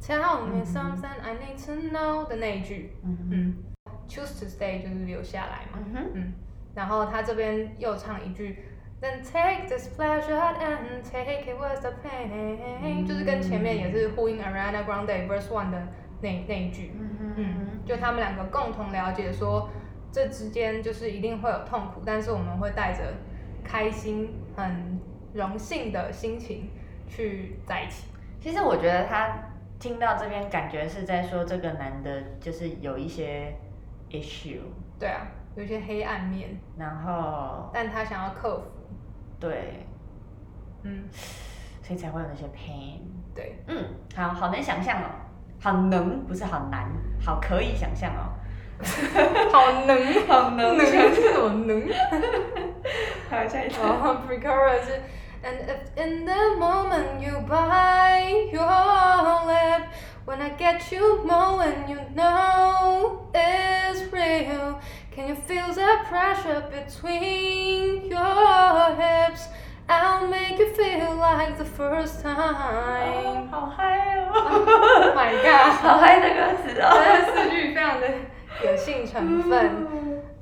[SPEAKER 2] Tell me something I need to know 的那一句。
[SPEAKER 1] 嗯哼
[SPEAKER 2] 嗯，choose to stay 就是留下来嘛。
[SPEAKER 1] 嗯哼，
[SPEAKER 2] 嗯，然后他这边又唱一句。Then take this pleasure and take it with the pain，、就是跟前面也是呼应 Ariana Grande Verse One 的那那一句。
[SPEAKER 1] 嗯
[SPEAKER 2] 嗯
[SPEAKER 1] 哼，，
[SPEAKER 2] 就他们两个共同了解说，这之间就是一定会有痛苦，但是我们会带着开心、很荣幸的心情去在一起。
[SPEAKER 1] 其实我觉得他听到这边，感觉是在说这个男的，就是有一些 issue，
[SPEAKER 2] 对啊，有一些黑暗面，
[SPEAKER 1] 然后
[SPEAKER 2] 但他想要克服。
[SPEAKER 1] 对，
[SPEAKER 2] 嗯，
[SPEAKER 1] 所以才会有那些 pain。
[SPEAKER 2] 对，
[SPEAKER 1] 嗯，好好能想象哦，好能不是好难，好可以想象哦。
[SPEAKER 2] 好能，
[SPEAKER 1] 好能
[SPEAKER 2] 能是什么能？
[SPEAKER 1] 好，下一
[SPEAKER 2] 然后 p r e c o r u s And if in the moment you bite your lip, when I get you more and you know it's real, can you feel the pressure between your hips? I'll make you feel like the first time.
[SPEAKER 1] 好嗨哦！
[SPEAKER 2] Oh my god！
[SPEAKER 1] 好嗨的歌词哦。
[SPEAKER 2] 这四句非常的有性成分，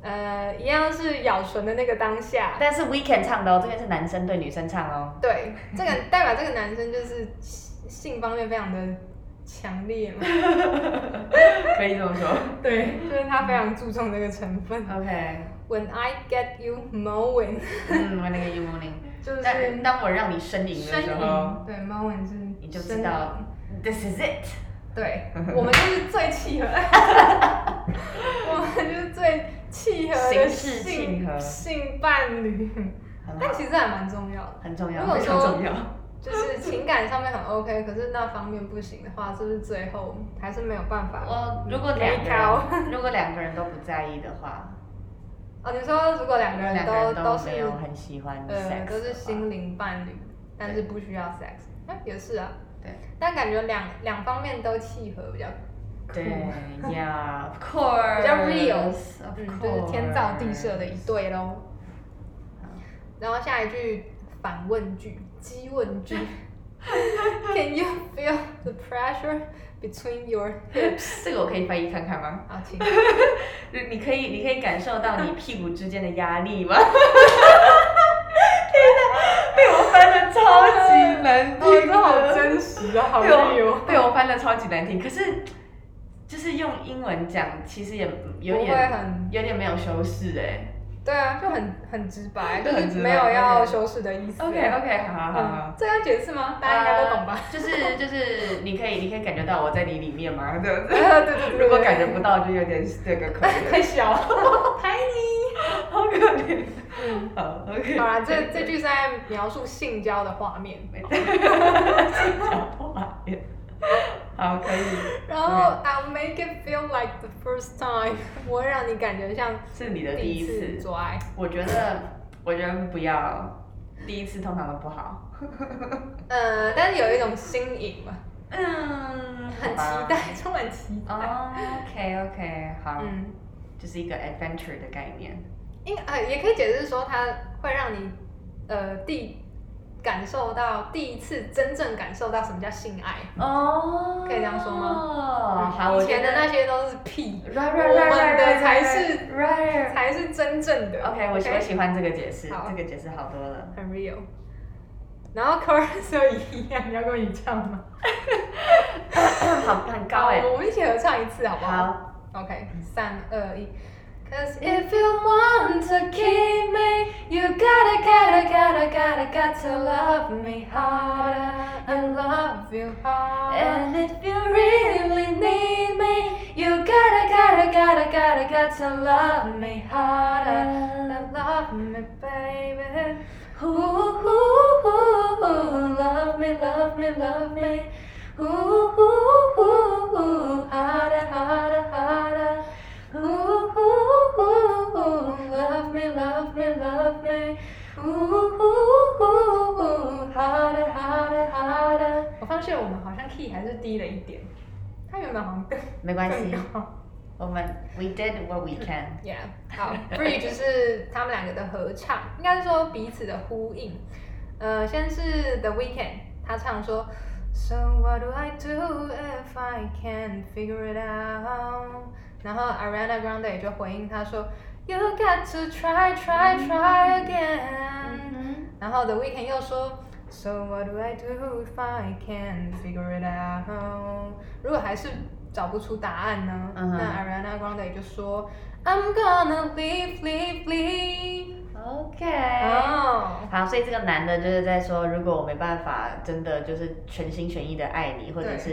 [SPEAKER 2] 呃，一样是咬唇的那个当下，
[SPEAKER 1] 但是 Weekend 唱的哦，这边是男生对女生唱哦。
[SPEAKER 2] 对，这个代表这个男生就是性性方面非常的强 烈嘛，
[SPEAKER 1] 可以这么说。
[SPEAKER 2] 对，就是他非常注重这个成分。
[SPEAKER 1] OK，
[SPEAKER 2] When I get you mowing，
[SPEAKER 1] 嗯，我那个 You Morning，
[SPEAKER 2] 就是
[SPEAKER 1] 当当我让你呻吟的
[SPEAKER 2] 呻
[SPEAKER 1] 时
[SPEAKER 2] 吟，
[SPEAKER 1] 候，
[SPEAKER 2] 对，mowing 是
[SPEAKER 1] 你就
[SPEAKER 2] 呻
[SPEAKER 1] 知
[SPEAKER 2] 吟
[SPEAKER 1] 道 This is it。
[SPEAKER 2] 对，我们就是最契 合，我们就是最契合
[SPEAKER 1] 形
[SPEAKER 2] 的
[SPEAKER 1] 式
[SPEAKER 2] 性
[SPEAKER 1] 契合
[SPEAKER 2] 性伴侣，
[SPEAKER 1] 很
[SPEAKER 2] 但
[SPEAKER 1] 好，
[SPEAKER 2] 其实还蛮重要的，
[SPEAKER 1] 很重要，
[SPEAKER 2] 如果
[SPEAKER 1] 非常
[SPEAKER 2] 说
[SPEAKER 1] 重要。
[SPEAKER 2] 就是情感上面很 OK，可是那方面不行的话，是不是最后还是没有办法？
[SPEAKER 1] 我如果
[SPEAKER 2] 没
[SPEAKER 1] 两个
[SPEAKER 2] 搞。
[SPEAKER 1] 人，如果两个人都不在意的话，
[SPEAKER 2] 哦，你说如果两个人
[SPEAKER 1] 两个
[SPEAKER 2] 都
[SPEAKER 1] 人
[SPEAKER 2] 都是
[SPEAKER 1] 没有很喜欢 sex，
[SPEAKER 2] 呃都
[SPEAKER 1] 的
[SPEAKER 2] 是
[SPEAKER 1] 话
[SPEAKER 2] 心灵伴侣，但是不需要 sex，那、也是啊。
[SPEAKER 1] 对。
[SPEAKER 2] 但感觉两两方面都契合比较，
[SPEAKER 1] 对 呀，of course，
[SPEAKER 2] 比较 real
[SPEAKER 1] of
[SPEAKER 2] 嗯，
[SPEAKER 1] course，嗯
[SPEAKER 2] 就是天造地设的一对喽
[SPEAKER 1] 好。
[SPEAKER 2] 然后下一句反问句、激问句 Can you feel the pressure between your？
[SPEAKER 1] 这个我可以翻译看看吗？
[SPEAKER 2] 好，请。
[SPEAKER 1] 你可以，你可以感受到你屁股之间的压力 吗？天哪，被我翻的超级难听的，
[SPEAKER 2] 哦，这好真实 啊，好
[SPEAKER 1] 被
[SPEAKER 2] 累哦
[SPEAKER 1] 我。被我翻的超级难听。可是就是用英文讲，其实也有
[SPEAKER 2] 不会
[SPEAKER 1] 点
[SPEAKER 2] 很，
[SPEAKER 1] 有点没有修饰哎、
[SPEAKER 2] 对啊，就很很直白，
[SPEAKER 1] 就
[SPEAKER 2] 就
[SPEAKER 1] 很
[SPEAKER 2] 是
[SPEAKER 1] 直白
[SPEAKER 2] 没有要修饰的意思。啊
[SPEAKER 1] OK OK，好好好好。
[SPEAKER 2] 嗯，这要解释吗？大家应该都懂吧？
[SPEAKER 1] 啊呃就是就是，你可以你可以感觉到我在你里面吗？这 样子。
[SPEAKER 2] 对对对 对。
[SPEAKER 1] 如果感觉不到，就有点这个可
[SPEAKER 2] 对
[SPEAKER 1] 怜，
[SPEAKER 2] 太小 了，太
[SPEAKER 1] 好可怜。
[SPEAKER 2] 嗯，
[SPEAKER 1] 好，OK。
[SPEAKER 2] 好啦，这 这句是在描述性交的画面。
[SPEAKER 1] 讲不完。好，可以。
[SPEAKER 2] 然后 I'll make it feel like the first time，我 会让你感觉像
[SPEAKER 1] 是你的
[SPEAKER 2] 第
[SPEAKER 1] 第一
[SPEAKER 2] 一次
[SPEAKER 1] 次，
[SPEAKER 2] 做爱。
[SPEAKER 1] 我觉得，我觉得不要，第一次通常都不好。
[SPEAKER 2] 呃，但是有一种新颖嘛，
[SPEAKER 1] 嗯，
[SPEAKER 2] 很期。待，充满期待。
[SPEAKER 1] 哦，OK OK，好，
[SPEAKER 2] 嗯，
[SPEAKER 1] 就是一个 adventure 的概念。
[SPEAKER 2] 因呃也可以解释说，它会让你呃第感受到第一次真正感受到什么叫性爱。
[SPEAKER 1] 哦
[SPEAKER 2] 可以这样说吗
[SPEAKER 1] 吗哦好，我
[SPEAKER 2] 以前
[SPEAKER 1] 觉
[SPEAKER 2] 的
[SPEAKER 1] 得
[SPEAKER 2] 那些都是屁，
[SPEAKER 1] Right,
[SPEAKER 2] 我
[SPEAKER 1] right, right,
[SPEAKER 2] 们
[SPEAKER 1] right,
[SPEAKER 2] 的
[SPEAKER 1] right,
[SPEAKER 2] 才
[SPEAKER 1] right,
[SPEAKER 2] 是
[SPEAKER 1] right.
[SPEAKER 2] 才是真正的。
[SPEAKER 1] OK，我喜我喜欢这个解释，
[SPEAKER 2] 好
[SPEAKER 1] 这个解释好多了。
[SPEAKER 2] 很 real。然后 chorus 一样，你要跟我一起唱吗？
[SPEAKER 1] 好，很高哎
[SPEAKER 2] 好。我们一起合唱一次好不好？
[SPEAKER 1] 好，
[SPEAKER 2] OK，三二一。Cause if you want to keep me, you gotta, gotta, gotta, gotta, got to love me harder and love you harder.
[SPEAKER 1] And if you really need me, you gotta, gotta, gotta, gotta, gotta love me harder.
[SPEAKER 2] And love me, baby.
[SPEAKER 1] Ooh, ooh, ooh, ooh, love me, love me, love me. Ooh, ooh, ooh, ooh, harder, harder, harder. Ooh, ooh, ooh, ooh, love me, love me, love me. Ooh, ooh, ooh, ooh, harder, harder, harder.
[SPEAKER 2] 我发现我们好像 key 还是低了一点，它原本好像更
[SPEAKER 1] 没关系，
[SPEAKER 2] 更高。
[SPEAKER 1] 我们 Oh, we did what we can。
[SPEAKER 2] Yeah，好，bridge 是他们两个的合唱，应该是说彼此的呼应。呃，先是 The Weeknd，他唱说，So what do I do if I can't figure it out？然后 Ariana Grande 也就回应他说，You got to try, try, try again。然
[SPEAKER 1] Mm-hmm.
[SPEAKER 2] 后 The Weeknd 又说，So what do I do if I can't figure it out？如果还是找不出答案呢
[SPEAKER 1] 嗯哼
[SPEAKER 2] 那 Ariana Grande 就说，I'm gonna leave, leave, leave。
[SPEAKER 1] OK。
[SPEAKER 2] 哦，
[SPEAKER 1] 好，所以这个男的就是在说，如果我没办法真的就是全心全意的爱你，或者
[SPEAKER 2] 对
[SPEAKER 1] 是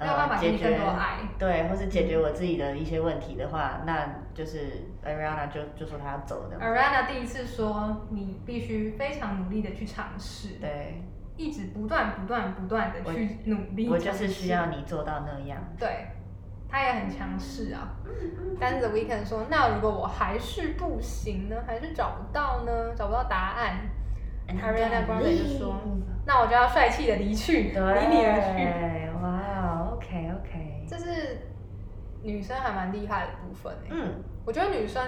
[SPEAKER 2] 没有办
[SPEAKER 1] 呃
[SPEAKER 2] 法给
[SPEAKER 1] 解
[SPEAKER 2] 你
[SPEAKER 1] 决
[SPEAKER 2] 更多爱。嗯
[SPEAKER 1] 对，或是解决我自己的一些问题的话，那就是 Ariana 就就说他要走的。
[SPEAKER 2] Ariana 第一次说，你必须非常努力的去尝试，
[SPEAKER 1] 对，
[SPEAKER 2] 一直不断、不断、不断的去努力。
[SPEAKER 1] 我就是需要。你做到那样。
[SPEAKER 2] 对，他也很强势啊。
[SPEAKER 1] 嗯
[SPEAKER 2] 但是 The Weeknd 说，那如果我还是不行呢，还是找不到呢，找不到答案，
[SPEAKER 1] And I'm
[SPEAKER 2] Ariana
[SPEAKER 1] gonna
[SPEAKER 2] Grande 就说
[SPEAKER 1] leave
[SPEAKER 2] 那我就要帅气的离去，离
[SPEAKER 1] 对，
[SPEAKER 2] 你而去。
[SPEAKER 1] 哇，OK 哦 OK，
[SPEAKER 2] 这是女生还蛮厉害的部分诶、
[SPEAKER 1] 嗯，
[SPEAKER 2] 我觉得女生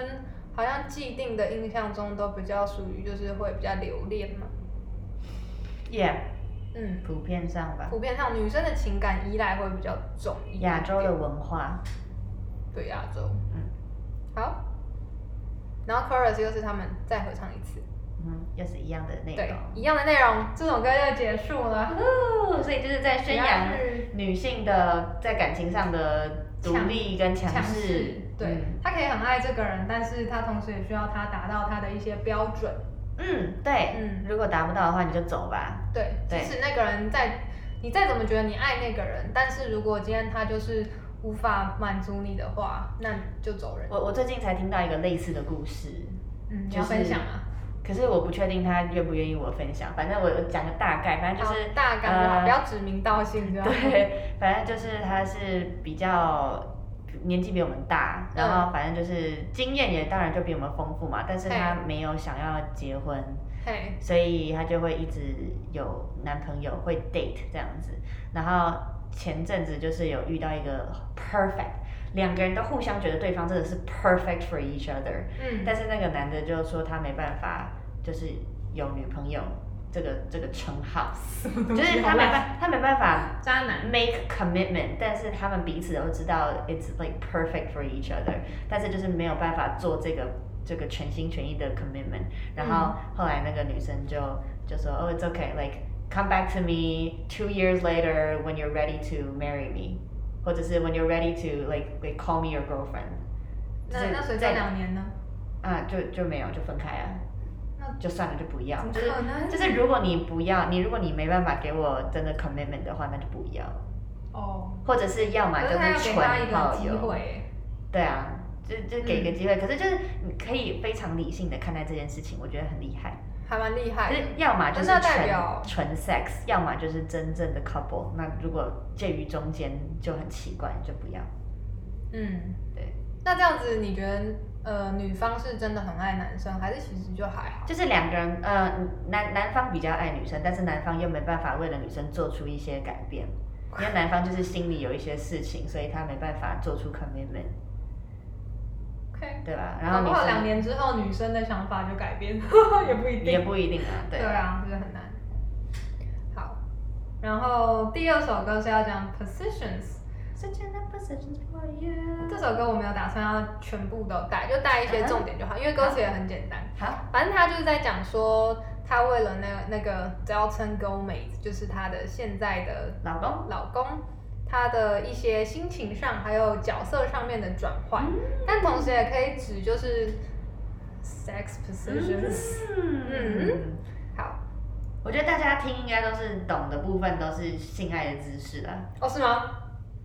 [SPEAKER 2] 好像既定的印象中都比较属于就是会比较留恋嘛，
[SPEAKER 1] yeah，
[SPEAKER 2] 嗯，
[SPEAKER 1] 普遍上吧，
[SPEAKER 2] 普遍上女生的情感依赖会比较重一点点
[SPEAKER 1] 亚洲的文化。
[SPEAKER 2] 对亚洲，
[SPEAKER 1] 嗯，
[SPEAKER 2] 好。然后 chorus 又是他们再合唱一次，
[SPEAKER 1] 嗯，又是一样的内
[SPEAKER 2] 对
[SPEAKER 1] 容。，
[SPEAKER 2] 一样的内容，这首歌就结束了。
[SPEAKER 1] 哦，所以就是在宣扬
[SPEAKER 2] 主要是
[SPEAKER 1] 女性的在感情上的独立跟强势。嗯
[SPEAKER 2] 对、他可以很爱这个人，但是他同时也需要他达到他的一些标准，
[SPEAKER 1] 嗯，嗯，对，
[SPEAKER 2] 嗯
[SPEAKER 1] 如果达不到的话，你就走吧。
[SPEAKER 2] 对，即
[SPEAKER 1] 对
[SPEAKER 2] 使那个人再你再怎么觉得你爱那个人，但是如果今天他就是无法满足你的话，那就走人。
[SPEAKER 1] 我我最近才听到一个类似的故事，
[SPEAKER 2] 嗯，你
[SPEAKER 1] 就
[SPEAKER 2] 要
[SPEAKER 1] 是
[SPEAKER 2] 分享啊，
[SPEAKER 1] 可是我不确定他愿不愿意我分享，反正我我讲个大概，反正就是
[SPEAKER 2] 好大纲就好，
[SPEAKER 1] 呃
[SPEAKER 2] 不要指名道姓，对吧？
[SPEAKER 1] 对，反正就是他是比较年纪比我们大，
[SPEAKER 2] 嗯
[SPEAKER 1] 然后反正就是经验也当然就比我们丰富嘛，但是他
[SPEAKER 2] 嘿
[SPEAKER 1] 没有想要结婚，
[SPEAKER 2] 嘿，
[SPEAKER 1] 所以她就会一直有男朋友，会 date 这样子。然后前阵子就是有遇到一个 perfect，两个人都互相觉得对方真的是 perfect for each other，
[SPEAKER 2] 嗯，
[SPEAKER 1] 但是那个男的就说他没办法，就是有女朋友，这个这个称号，
[SPEAKER 2] 就
[SPEAKER 1] 就是他没办他没办法
[SPEAKER 2] 渣男，
[SPEAKER 1] make commitment，但是他们彼此都知道 it's like perfect for each other，但是就是没有办法做这个这个全心全意的 commitment。然
[SPEAKER 2] 嗯
[SPEAKER 1] 后后来那个女生就就说，Oh, it's okay, like come back to me two years later when you're ready to marry me，或者是 when you're ready to like like call me your girlfriend。
[SPEAKER 2] 那那所以这
[SPEAKER 1] 在
[SPEAKER 2] 两年呢？
[SPEAKER 1] 啊，就就没有就分开
[SPEAKER 2] 那
[SPEAKER 1] 啊，就算了就不要
[SPEAKER 2] 怎，么
[SPEAKER 1] 就是
[SPEAKER 2] 可能？
[SPEAKER 1] 就是如果你不要，你如果你没办法给我真的 commitment 的话，那就不要，
[SPEAKER 2] 哦，
[SPEAKER 1] 或者是要么
[SPEAKER 2] 可
[SPEAKER 1] 就是
[SPEAKER 2] 他要
[SPEAKER 1] 是
[SPEAKER 2] 给他
[SPEAKER 1] 纯
[SPEAKER 2] 一个
[SPEAKER 1] 炮
[SPEAKER 2] 机
[SPEAKER 1] 友，
[SPEAKER 2] 会嗯耶，
[SPEAKER 1] 对啊，就就给一个机会，可是就是你可以非常理性的看待这件事情，我觉得很厉害，
[SPEAKER 2] 还蛮厉害
[SPEAKER 1] 就
[SPEAKER 2] 的
[SPEAKER 1] 是。要么就是
[SPEAKER 2] 那
[SPEAKER 1] 纯
[SPEAKER 2] 代表
[SPEAKER 1] 纯 sex，要么就是真正的 couple，那如果介于中间就很奇怪，就不要。
[SPEAKER 2] 嗯，
[SPEAKER 1] 对。
[SPEAKER 2] 那这样子，你觉得呃，女方是真的很爱男生，还是其实就还好？
[SPEAKER 1] 就是两个人，呃，男男方比较爱女生，但是男方又没办法为了女生做出一些改变，因为男方就是心里有一些事情，所以他没办法做出 commitment，
[SPEAKER 2] OK。
[SPEAKER 1] 对吧？然
[SPEAKER 2] 搞
[SPEAKER 1] 后
[SPEAKER 2] 不
[SPEAKER 1] 女
[SPEAKER 2] 好两
[SPEAKER 1] 生
[SPEAKER 2] 年之后，女生的想法就改变， 也不一定。
[SPEAKER 1] 也不一定啊，对
[SPEAKER 2] 对啊，这个很难。好，然后第二首歌是要讲 positions，
[SPEAKER 1] Such an opposition for you
[SPEAKER 2] 这首歌我没有打算要全部都带，就带一
[SPEAKER 1] 嗯
[SPEAKER 2] 些重点就好，因为歌词也很简单。
[SPEAKER 1] 好，
[SPEAKER 2] 反正他就是在讲说，他为了那那个 Dalton Gomez，就是他的现在的
[SPEAKER 1] 老公，
[SPEAKER 2] 老公，他的一些心情上还有角色上面的转换，
[SPEAKER 1] 嗯
[SPEAKER 2] 但同时也可以指就是 sex positions。
[SPEAKER 1] 嗯，
[SPEAKER 2] 好，
[SPEAKER 1] 我觉得大家听应该都是懂的部分都是性爱的知识啦
[SPEAKER 2] 哦是吗？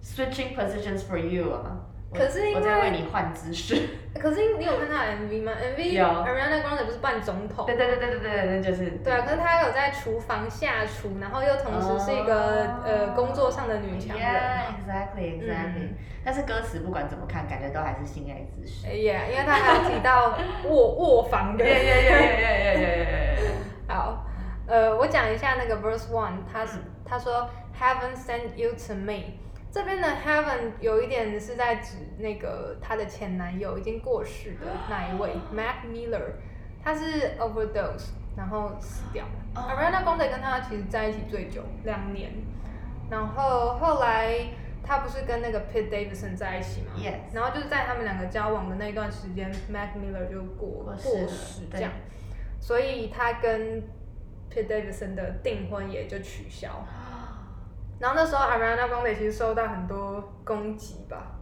[SPEAKER 1] ，switching positions for you 啊，我
[SPEAKER 2] 可是因为
[SPEAKER 1] 我在为你换姿势，
[SPEAKER 2] 可是你有看他的 MV 吗？MV
[SPEAKER 1] 有
[SPEAKER 2] Ariana Grande 不是扮总 统？
[SPEAKER 1] 对对对对对对，那就是
[SPEAKER 2] 对啊，可是她有在厨房下厨，然后又同时是一个、
[SPEAKER 1] 哦
[SPEAKER 2] 呃工作上的女强人嘛。
[SPEAKER 1] Yeah, exactly, exactly.、
[SPEAKER 2] 嗯
[SPEAKER 1] 但是歌词不管怎么看，感觉都还是性爱姿势。
[SPEAKER 2] 哎呀，因为他还有提到卧卧 房的。好，呃，我讲一下那个 verse one，他是他说 Heaven sent you to me。这边的 Heaven 有一点是在指那个她的前男友已经过世的那一位 Mac Miller，他是 overdose 然后死掉了。
[SPEAKER 1] 哦
[SPEAKER 2] Ariana Grande 跟他其实在一起最久，两年。然后后来他不是跟那个 Pete Davidson 在一起吗
[SPEAKER 1] Yes
[SPEAKER 2] 然后就是在他们两个交往的那段时间，Mac Miller 就过
[SPEAKER 1] 过世了
[SPEAKER 2] 过世这
[SPEAKER 1] 对
[SPEAKER 2] 样，所以他跟 Pete Davidson 的订婚也就取消。然后那时候 Ariana Grande 其实受到很多攻击吧，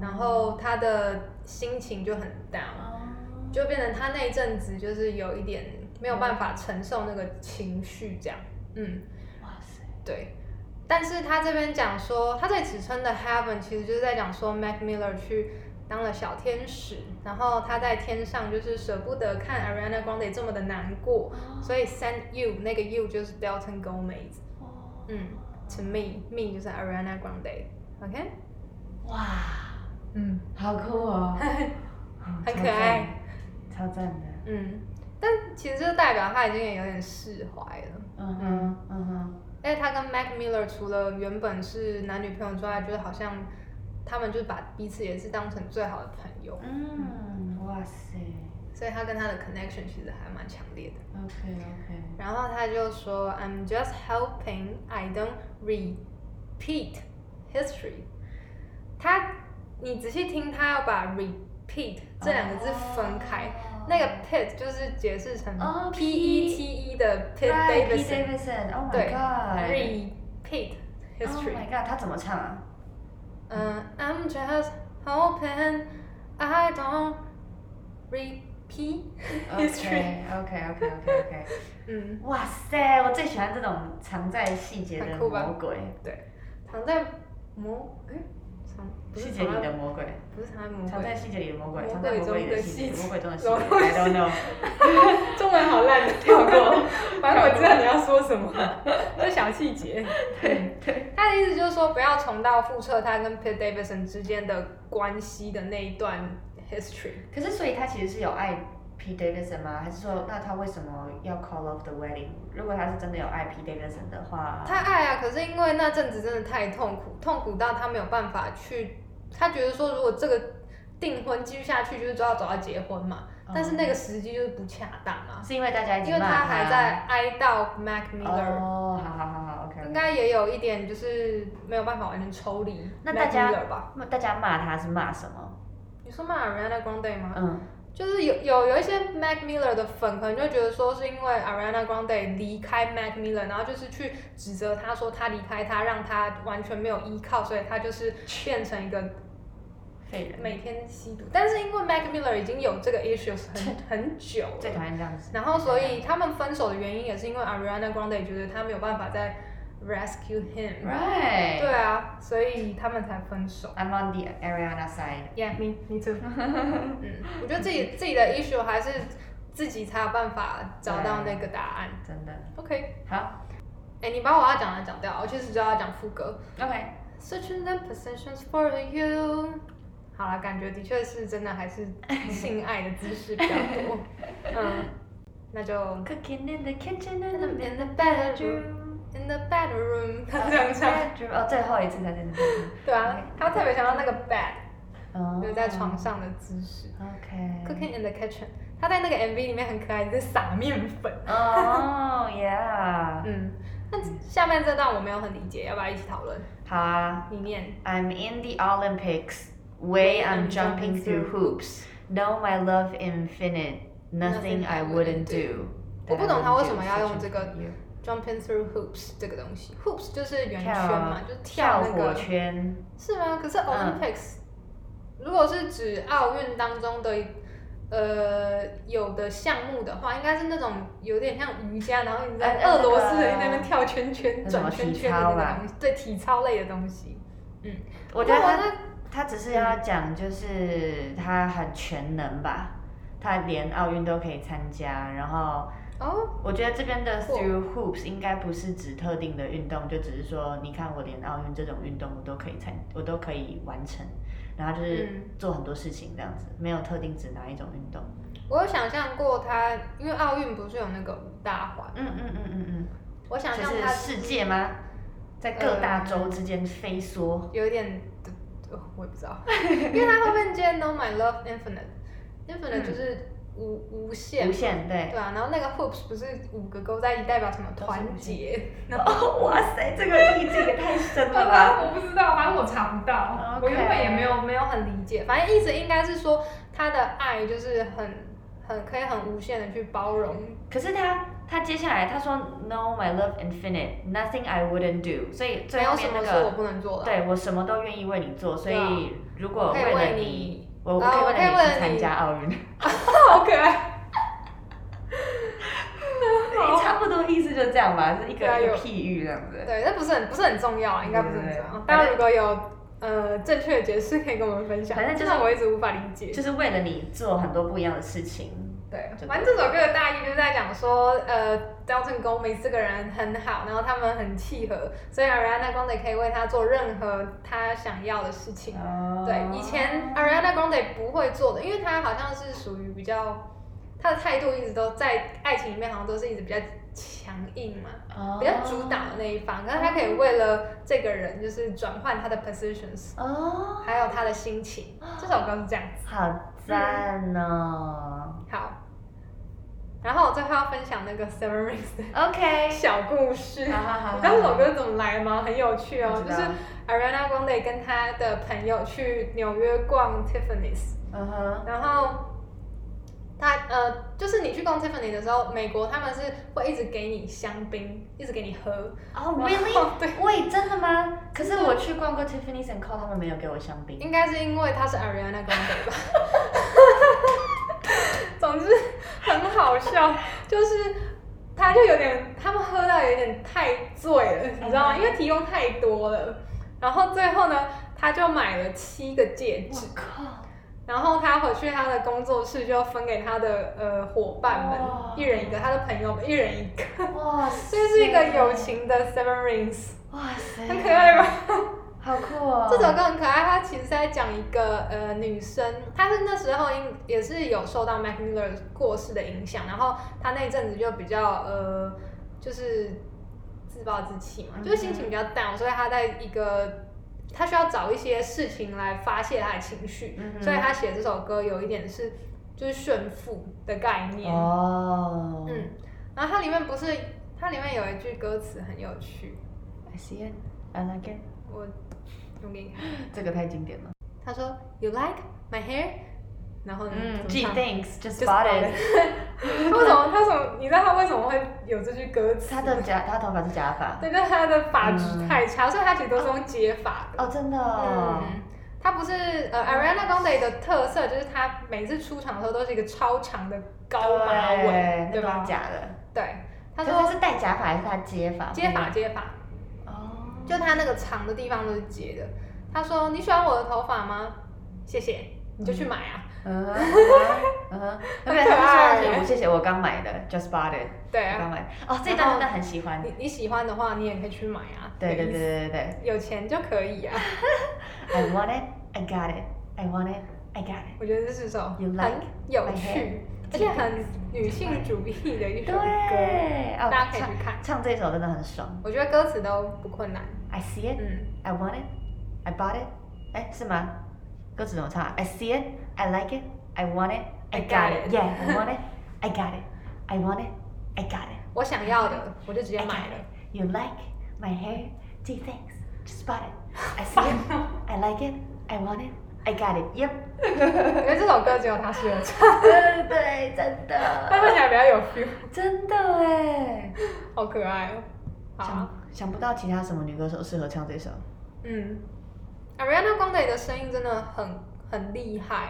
[SPEAKER 2] 然后她的心情就很 down，就变成她那一阵子就是有一点没有办法承受那个情绪这样，嗯。
[SPEAKER 1] 哇塞，
[SPEAKER 2] 对，但是他这边讲说，他这里指称的 heaven 其实就是在讲说 Mac Miller 去当了小天使，然后他在天上就是舍不得看 Ariana Grande 这么的难过，所以 send you 那个 you 就是 Dalton Gomez，嗯，to me me 就是 Ariana Grande，OK，、
[SPEAKER 1] 哇，
[SPEAKER 2] 嗯，
[SPEAKER 1] 好酷 哦，
[SPEAKER 2] 很可爱，
[SPEAKER 1] 超赞，超赞的。
[SPEAKER 2] 嗯，但其实就代表他已经也有点释怀了。
[SPEAKER 1] 嗯哼，嗯哼，
[SPEAKER 2] 因为他跟 Mac Miller 除了原本是男女朋友之外，就是好像他们就是把彼此也是当成最好的朋友，
[SPEAKER 1] 嗯，哇塞
[SPEAKER 2] 所以他跟他的 connection 其实还蛮强烈的。
[SPEAKER 1] ，OK OK，
[SPEAKER 2] 然后他就说：“I'm just helping, I don't repeat history。”他，你仔细听，他要把 repeat 这两个字分开。那个 Pit 就是解释成
[SPEAKER 1] 哦
[SPEAKER 2] P E T E E 的 Pit
[SPEAKER 1] Right, Pete
[SPEAKER 2] Davidson，
[SPEAKER 1] Davidson，Oh
[SPEAKER 2] 对
[SPEAKER 1] my
[SPEAKER 2] repeat
[SPEAKER 1] God，Oh
[SPEAKER 2] history。
[SPEAKER 1] my God，他怎么唱 啊？
[SPEAKER 2] Uh, I'm just hoping I don't repeat history。
[SPEAKER 1] OK OK OK OK。
[SPEAKER 2] 嗯，
[SPEAKER 1] 哇塞，我最喜欢这种藏在细节的
[SPEAKER 2] 很酷吧
[SPEAKER 1] 魔鬼，
[SPEAKER 2] 藏在魔哎，藏不
[SPEAKER 1] 细
[SPEAKER 2] 是
[SPEAKER 1] 节
[SPEAKER 2] 藏
[SPEAKER 1] 里
[SPEAKER 2] 在
[SPEAKER 1] 的魔鬼，
[SPEAKER 2] 不是藏在魔
[SPEAKER 1] 藏在
[SPEAKER 2] 鬼，
[SPEAKER 1] 细节里的魔鬼，
[SPEAKER 2] 魔
[SPEAKER 1] 藏在
[SPEAKER 2] 鬼
[SPEAKER 1] 魔
[SPEAKER 2] 中
[SPEAKER 1] 鬼里
[SPEAKER 2] 的
[SPEAKER 1] 的
[SPEAKER 2] 细
[SPEAKER 1] 细
[SPEAKER 2] 节
[SPEAKER 1] 节，魔鬼中 的细节
[SPEAKER 2] 什么
[SPEAKER 1] ，I don't know，
[SPEAKER 2] 中文好烂，
[SPEAKER 1] 跳过。
[SPEAKER 2] 反正我知道你要说什么， 就小细节。
[SPEAKER 1] 对对，
[SPEAKER 2] 他的意思就是说，不要重蹈覆辙他跟 Pete Davidson 之间的关系的那一段 history。
[SPEAKER 1] 可是所以他其实是有爱 P Davidson 吗？还是说那他为什么要 call off the wedding？如果他是真的有爱 P Davidson 的话，
[SPEAKER 2] 他爱啊，可是因为那阵子真的太痛苦，痛苦到他没有办法去，他觉得说如果这个订婚继续下去，就是都要走到结婚嘛。但是那个时机就是不恰当嘛，
[SPEAKER 1] 是因为大家一直
[SPEAKER 2] 因为
[SPEAKER 1] 骂
[SPEAKER 2] 他还在哀悼 Mac Miller，、
[SPEAKER 1] 哦，好好好好，OK。
[SPEAKER 2] 应该也有一点就是没有办法完全抽离
[SPEAKER 1] 那
[SPEAKER 2] Mac
[SPEAKER 1] 大家
[SPEAKER 2] Miller 吧。
[SPEAKER 1] 那大家骂他是骂什么？
[SPEAKER 2] 你说骂 Ariana Grande 吗？
[SPEAKER 1] 嗯，
[SPEAKER 2] 就是有有有一些 Mac Miller 的粉可能就觉得说是因为 Ariana Grande 离开 Mac Miller，然后就是去指责他说他离开他，让他完全没有依靠，所以他就是变成一个
[SPEAKER 1] 废人，
[SPEAKER 2] 每天吸毒。但是因为 Mac Miller 已经有这个 issues 很很久
[SPEAKER 1] 最
[SPEAKER 2] 了，
[SPEAKER 1] 讨厌这样子。
[SPEAKER 2] 然后所以他们分手的原因也是因为 Ariana Grande 觉得他没有办法再 rescue him，
[SPEAKER 1] Right.
[SPEAKER 2] 对啊，所以他们才分手。
[SPEAKER 1] I'm on the Ariana side.
[SPEAKER 2] Yeah, me, me too. 嗯，我觉得自己自己的 issue 还是自己才有办法找到那个答案。
[SPEAKER 1] 真的。
[SPEAKER 2] OK，
[SPEAKER 1] 好
[SPEAKER 2] 哎、你把我要讲的讲掉，我其实就要讲副歌。
[SPEAKER 1] ，OK。
[SPEAKER 2] Searching the positions for you。好了，感觉的确是真的，还是性爱的姿势比较 多。嗯，那就
[SPEAKER 1] Cooking in the kitchen in the
[SPEAKER 2] in the bedroom。In the bedroom，他 这样唱，
[SPEAKER 1] bedroom. 哦，最后一次才真的。
[SPEAKER 2] 对啊，他特别想到那个 bed，
[SPEAKER 1] 哦
[SPEAKER 2] 就是在床。上的姿势。
[SPEAKER 1] OK。
[SPEAKER 2] Cooking in the kitchen，他在那个 MV 里面很可爱，就是撒面粉。
[SPEAKER 1] 哦，Yeah。
[SPEAKER 2] 嗯，那下面这段我没有很理解，要不要一起讨论？
[SPEAKER 1] 好啊。
[SPEAKER 2] 你念
[SPEAKER 1] I'm in the Olympics. Way I'm jumping through hoops. Know my love infinite. Nothing I wouldn't do.
[SPEAKER 2] 我不懂他为什么要用这
[SPEAKER 1] That
[SPEAKER 2] 个
[SPEAKER 1] I wouldn't do, searching for you.
[SPEAKER 2] jumping through hoops 这个东西，hoops 就是圆圈
[SPEAKER 1] 跳
[SPEAKER 2] 嘛
[SPEAKER 1] 啊，
[SPEAKER 2] 就是跳
[SPEAKER 1] 跳
[SPEAKER 2] 那
[SPEAKER 1] 火
[SPEAKER 2] 个，
[SPEAKER 1] 圈。
[SPEAKER 2] 是吗？可是 Olympics、
[SPEAKER 1] 嗯
[SPEAKER 2] 如果是指奥运当中的呃有的项目的话，应该是那种有点像瑜伽，然后你在
[SPEAKER 1] 呃呃
[SPEAKER 2] 俄罗斯
[SPEAKER 1] 那个
[SPEAKER 2] 人那边跳圈圈、
[SPEAKER 1] 那什么
[SPEAKER 2] 转圈
[SPEAKER 1] 体
[SPEAKER 2] 圈的
[SPEAKER 1] 操啊
[SPEAKER 2] 那
[SPEAKER 1] 吧
[SPEAKER 2] 个东西，对体操类的东西。
[SPEAKER 1] 我觉得
[SPEAKER 2] 那
[SPEAKER 1] 他
[SPEAKER 2] 我在
[SPEAKER 1] 他只是要讲，就是他很全能吧，他连奥运都可以参加。然后
[SPEAKER 2] 哦，
[SPEAKER 1] 我觉得这边的
[SPEAKER 2] Cool
[SPEAKER 1] through hoops 应该不是指特定的运动，就只是说，你看我连奥运这种运动我都可以参，我都可以完成。然后就是
[SPEAKER 2] 嗯
[SPEAKER 1] 做很多事情这样子，没有特定指哪一种运动。
[SPEAKER 2] 我有想象过他，因为奥运不是有那个五大环，
[SPEAKER 1] 嗯嗯嗯嗯
[SPEAKER 2] 我想
[SPEAKER 1] 嗯，就
[SPEAKER 2] 象
[SPEAKER 1] 是
[SPEAKER 2] 他
[SPEAKER 1] 世界吗？在各大洲之间飞梭。
[SPEAKER 2] 有一点的、呃我也不知道， 因为他后面接 Know My Love
[SPEAKER 1] 嗯
[SPEAKER 2] Infinite，Infinite 就是无、无限
[SPEAKER 1] 无
[SPEAKER 2] 嘛，
[SPEAKER 1] 限 对
[SPEAKER 2] 对，啊，然后那个 Hoops 不是五个勾在一起代表什么
[SPEAKER 1] 都是
[SPEAKER 2] 团
[SPEAKER 1] 无限
[SPEAKER 2] 结？然后
[SPEAKER 1] 哦，哇塞，这个意境也太深了吧！
[SPEAKER 2] 吧，我不知道，反正我查不到
[SPEAKER 1] OK
[SPEAKER 2] 我原本也没有没有很理解，反正意思应该是说他的爱就是很很可以很无限的去包容，
[SPEAKER 1] 可是他他接下来他说 No, my love infinite, nothing I wouldn't do，所以最
[SPEAKER 2] 没
[SPEAKER 1] 后
[SPEAKER 2] 有什
[SPEAKER 1] 面那
[SPEAKER 2] 么是
[SPEAKER 1] 个
[SPEAKER 2] 我不能做的，
[SPEAKER 1] 对我什么都愿意为你做，所
[SPEAKER 2] 对
[SPEAKER 1] 以如果
[SPEAKER 2] 可以
[SPEAKER 1] 为了
[SPEAKER 2] 为
[SPEAKER 1] 你，
[SPEAKER 2] 你，
[SPEAKER 1] 我我
[SPEAKER 2] 啊
[SPEAKER 1] 可以
[SPEAKER 2] 我可以
[SPEAKER 1] 为
[SPEAKER 2] 为
[SPEAKER 1] 了
[SPEAKER 2] 了
[SPEAKER 1] 你去参
[SPEAKER 2] 你
[SPEAKER 1] 加奥 运，
[SPEAKER 2] 好可爱。好
[SPEAKER 1] 差不多意思就这样吧，是一
[SPEAKER 2] 对啊
[SPEAKER 1] 个一个
[SPEAKER 2] 有
[SPEAKER 1] 譬喻这样子。
[SPEAKER 2] 对，那不是很不是很重要啊，应该不是很
[SPEAKER 1] 对
[SPEAKER 2] 重
[SPEAKER 1] 对
[SPEAKER 2] 要。
[SPEAKER 1] 对
[SPEAKER 2] 大家如果有呃正确的解释，可以跟我们分享。
[SPEAKER 1] 反正就是
[SPEAKER 2] 真的我一直无法理解。
[SPEAKER 1] 就是为了你做很多不一样的事情，
[SPEAKER 2] 对
[SPEAKER 1] 就，
[SPEAKER 2] 反正这首歌的大意就是在讲说，呃，Dalton Gomez 这个人很好，然后他们很契合，所以 Ariana Grande 可以为他做任何他想要的事情。
[SPEAKER 1] 哦
[SPEAKER 2] 对，以前 Ariana Grande 不会做的，因为她好像是属于比较，她的态度一直都在爱情里面好像都是一直比较强硬嘛。比较主导的那一方，可是他可以为了这个人，就是转换他的 positions，
[SPEAKER 1] 哦，
[SPEAKER 2] 还有他的心情。这首歌是这样子。
[SPEAKER 1] 好赞哦。
[SPEAKER 2] 好，然后我最后要分享那个 Severance 的
[SPEAKER 1] OK，
[SPEAKER 2] 小故事。
[SPEAKER 1] 好好好好
[SPEAKER 2] 你知道这首歌怎么来吗？很有趣哦
[SPEAKER 1] 我，知
[SPEAKER 2] 就
[SPEAKER 1] 道
[SPEAKER 2] 是 Ariana Grande 跟她的朋友去纽约逛 Tiffany's，
[SPEAKER 1] 嗯哼，
[SPEAKER 2] 然后。他呃，就是你去逛 Tiffany 的时候，美国他们是会一直给你香槟，一直给你喝，
[SPEAKER 1] 哦
[SPEAKER 2] 然
[SPEAKER 1] ，Really？
[SPEAKER 2] 后对，
[SPEAKER 1] 喂，真的吗？可是我去逛过 Tiffany's and Co，他们没有给我香槟。
[SPEAKER 2] 应该是因为他是 Ariana Grande 吧。 总之很好笑，就是他就有点，他们喝到有点太醉了，你知道吗？因为提供太多了。然后最后呢，他就买了七个戒指，
[SPEAKER 1] 靠！
[SPEAKER 2] 然后他回去他的工作室就分给他的呃伙伴们
[SPEAKER 1] 哇，
[SPEAKER 2] 一人一个，他的朋友们一人一个，
[SPEAKER 1] 哇塞！
[SPEAKER 2] 这是
[SPEAKER 1] 哦
[SPEAKER 2] 一个友。情的 Seven Rings，
[SPEAKER 1] 哇塞！
[SPEAKER 2] 很可爱吧？
[SPEAKER 1] 好酷哦！
[SPEAKER 2] 这首歌很可爱，它其实在讲一个呃女生，她是那时候因也是有受到 Mac Miller 过世的影响，然后她那一阵子就比较呃就是自暴自弃嘛，
[SPEAKER 1] 嗯
[SPEAKER 2] 就是心情比较 down，所以她在一个她需要找一些事情来发泄她的情绪，
[SPEAKER 1] 嗯哼
[SPEAKER 2] 所以她写这首歌有一点是就是炫富的概念。
[SPEAKER 1] 哦，
[SPEAKER 2] 嗯，然后它里面不是它里面有一句歌词很有趣，
[SPEAKER 1] ，I see it, I like it，
[SPEAKER 2] 我我给你看，
[SPEAKER 1] 这个太经典了。
[SPEAKER 2] 他说 You like my hair，然后你怎么
[SPEAKER 1] 嗯，Gee,
[SPEAKER 2] 唱
[SPEAKER 1] thanks, just
[SPEAKER 2] 就是
[SPEAKER 1] spotted。
[SPEAKER 2] 他为什 么他怎么你知道他为什么会有这句歌词？
[SPEAKER 1] 他的假，他头发是假发。
[SPEAKER 2] 对，就是他的发质
[SPEAKER 1] 嗯
[SPEAKER 2] 太差，所以他其实都是用接发的。
[SPEAKER 1] 哦，真的哦。
[SPEAKER 2] 嗯，他不是呃 Ariana Grande 的特色就是他每次出场的时候都是一个超长的高马尾，
[SPEAKER 1] 对那都
[SPEAKER 2] 对吧
[SPEAKER 1] 是？假的。
[SPEAKER 2] 对，
[SPEAKER 1] 他
[SPEAKER 2] 他
[SPEAKER 1] 说他
[SPEAKER 2] 说
[SPEAKER 1] 是戴假发还是嗯他接发？
[SPEAKER 2] 接发接发，
[SPEAKER 1] 哦，
[SPEAKER 2] 就他那个长的地方都是接的。他说你喜欢我的头发吗？谢谢，你就去买啊。
[SPEAKER 1] 嗯哼嗯哼，没有，他
[SPEAKER 2] 很可
[SPEAKER 1] 是
[SPEAKER 2] 爱
[SPEAKER 1] 说我谢谢我刚买的，just spotted，
[SPEAKER 2] 对
[SPEAKER 1] 我刚
[SPEAKER 2] 啊，
[SPEAKER 1] 买的。哦，这段真的很喜欢。
[SPEAKER 2] 你你喜欢的话，你也可以去买啊。
[SPEAKER 1] 对对
[SPEAKER 2] 有意
[SPEAKER 1] 对
[SPEAKER 2] 思，
[SPEAKER 1] 对对对
[SPEAKER 2] 有钱就可以啊。
[SPEAKER 1] ，I want it, I got it, I want it, I got it。
[SPEAKER 2] 我觉得这是首
[SPEAKER 1] You
[SPEAKER 2] 很
[SPEAKER 1] like
[SPEAKER 2] 有
[SPEAKER 1] my
[SPEAKER 2] 趣
[SPEAKER 1] hair?，
[SPEAKER 2] 而且很女性主义的一首歌，
[SPEAKER 1] 对，哦，
[SPEAKER 2] 大家可以
[SPEAKER 1] Oh，唱
[SPEAKER 2] 去看。
[SPEAKER 1] 唱这首真的很爽。
[SPEAKER 2] 我觉得歌词都不困难，
[SPEAKER 1] I see it,
[SPEAKER 2] 嗯，
[SPEAKER 1] I want it, I bought it。哎，是吗？歌词怎么唱啊？I see it, I like it, I want it, I
[SPEAKER 2] I
[SPEAKER 1] got
[SPEAKER 2] got
[SPEAKER 1] it.
[SPEAKER 2] it.
[SPEAKER 1] Yeah, I want it, I got it, I want it, I got it.
[SPEAKER 2] 我想要的我就直接
[SPEAKER 1] I
[SPEAKER 2] 买
[SPEAKER 1] got
[SPEAKER 2] 了
[SPEAKER 1] it.。You like my hair? Gee, thanks. Just bought it. I see it, I like it, I want it, I got it. Yep.
[SPEAKER 2] 我觉得这首歌只有他适合唱，
[SPEAKER 1] 对，真
[SPEAKER 2] 他唱
[SPEAKER 1] 的，
[SPEAKER 2] 起来比较有 feel，
[SPEAKER 1] 真的哎。
[SPEAKER 2] 好可爱哦。好啊，
[SPEAKER 1] 想想不到其他什么女歌手适合唱这首。
[SPEAKER 2] 嗯，Ariana Grande 的声音真的很很厉害，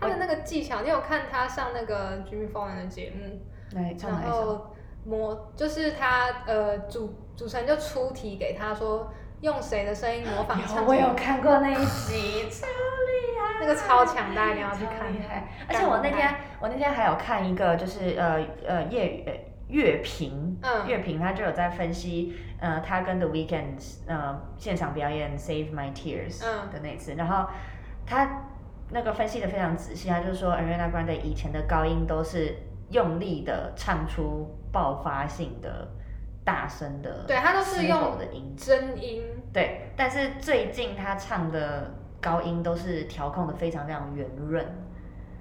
[SPEAKER 2] 她的那个技巧，你有看她上那个 Jimmy Fallon 的节目，
[SPEAKER 1] 来唱哪
[SPEAKER 2] 然
[SPEAKER 1] 一首？
[SPEAKER 2] 后模就是他呃主主持人就出题给他说用谁的声音模 仿唱什
[SPEAKER 1] 有，
[SPEAKER 2] 么
[SPEAKER 1] 我有看过那一 集，超厉害，
[SPEAKER 2] 那个超强大家一定要去
[SPEAKER 1] 超
[SPEAKER 2] 看
[SPEAKER 1] 厉害。而且我那天，我那天还有看一个，就是呃呃业余呃乐评，
[SPEAKER 2] 嗯
[SPEAKER 1] 乐评他就有在分析，呃，他跟 The Weeknd 呃现场表演《Save My Tears》
[SPEAKER 2] 嗯
[SPEAKER 1] 的那一次，然后他那个分析的非常仔细，他就说 Ariana Grande 以前的高音都是用力的唱出爆发性的大声的，
[SPEAKER 2] 对他都是用
[SPEAKER 1] 的音
[SPEAKER 2] 真音，
[SPEAKER 1] 对，但是最近他唱的高音都是调控的非常非常圆润，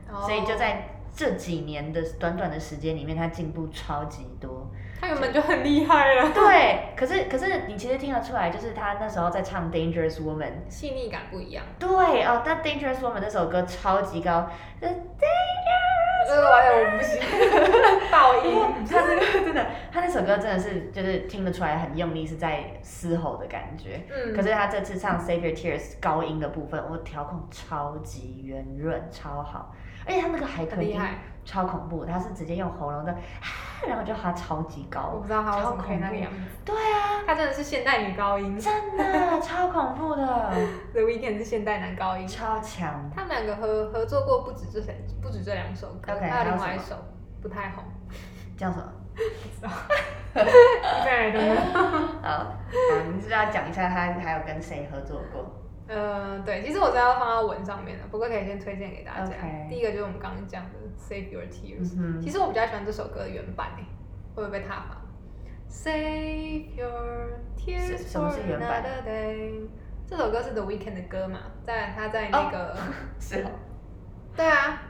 [SPEAKER 2] 然后
[SPEAKER 1] 所以就在这几年的短短的时间里面，他进步超级多。
[SPEAKER 2] 他原本就很厉害 了，
[SPEAKER 1] 对，可是可是你其实听得出来，就是他那时候在唱《Dangerous Woman》。
[SPEAKER 2] 细腻感不一样。
[SPEAKER 1] 对哦，但《Dangerous Woman》那首歌超级高，就是 Dangerous
[SPEAKER 2] 这个玩意儿我不行， 爆 音。
[SPEAKER 1] 他那个 真的，他那首歌真的是就是听得出来很用力，是在嘶吼的感觉。
[SPEAKER 2] 嗯，
[SPEAKER 1] 可是他这次唱《Save Your Tears》高音的部分，我调控超级圆润，超好，而且他那个海
[SPEAKER 2] 很
[SPEAKER 1] 豚
[SPEAKER 2] 厉
[SPEAKER 1] 音
[SPEAKER 2] 害，
[SPEAKER 1] 超恐怖，他是直接用喉咙的， 啊然后就哈超级
[SPEAKER 2] 我
[SPEAKER 1] 高
[SPEAKER 2] 不，知道他为什
[SPEAKER 1] 超
[SPEAKER 2] 么可以
[SPEAKER 1] 恐
[SPEAKER 2] 那个样
[SPEAKER 1] 怖，
[SPEAKER 2] 子。
[SPEAKER 1] 对啊，
[SPEAKER 2] 他真的是现代女高音
[SPEAKER 1] 真 的超恐怖的，
[SPEAKER 2] ，The Weeknd 是现代男高音。
[SPEAKER 1] 超强。
[SPEAKER 2] 他们两个合合作过不止这首，不止这两首歌，
[SPEAKER 1] OK，
[SPEAKER 2] 还有另
[SPEAKER 1] 还
[SPEAKER 2] 外
[SPEAKER 1] 有
[SPEAKER 2] 一
[SPEAKER 1] 什
[SPEAKER 2] 首不太 红。
[SPEAKER 1] 叫什么？
[SPEAKER 2] 再来等等。
[SPEAKER 1] 好，你是不是要讲一下他还有跟谁合作过？
[SPEAKER 2] 呃，对，其实我知道要放到文上面的，不过可以先推荐给大家。
[SPEAKER 1] OK
[SPEAKER 2] 第一个就是我们刚刚讲的《Save Your Tears
[SPEAKER 1] 嗯》哼
[SPEAKER 2] 其，实我比较喜欢这首歌的原版诶，会不会被踏伐？Save your
[SPEAKER 1] 是
[SPEAKER 2] tears
[SPEAKER 1] 什么
[SPEAKER 2] for
[SPEAKER 1] 是原版
[SPEAKER 2] another day。这首歌是 The Weeknd 的歌嘛，在他在那 个
[SPEAKER 1] 是哦。
[SPEAKER 2] 对啊，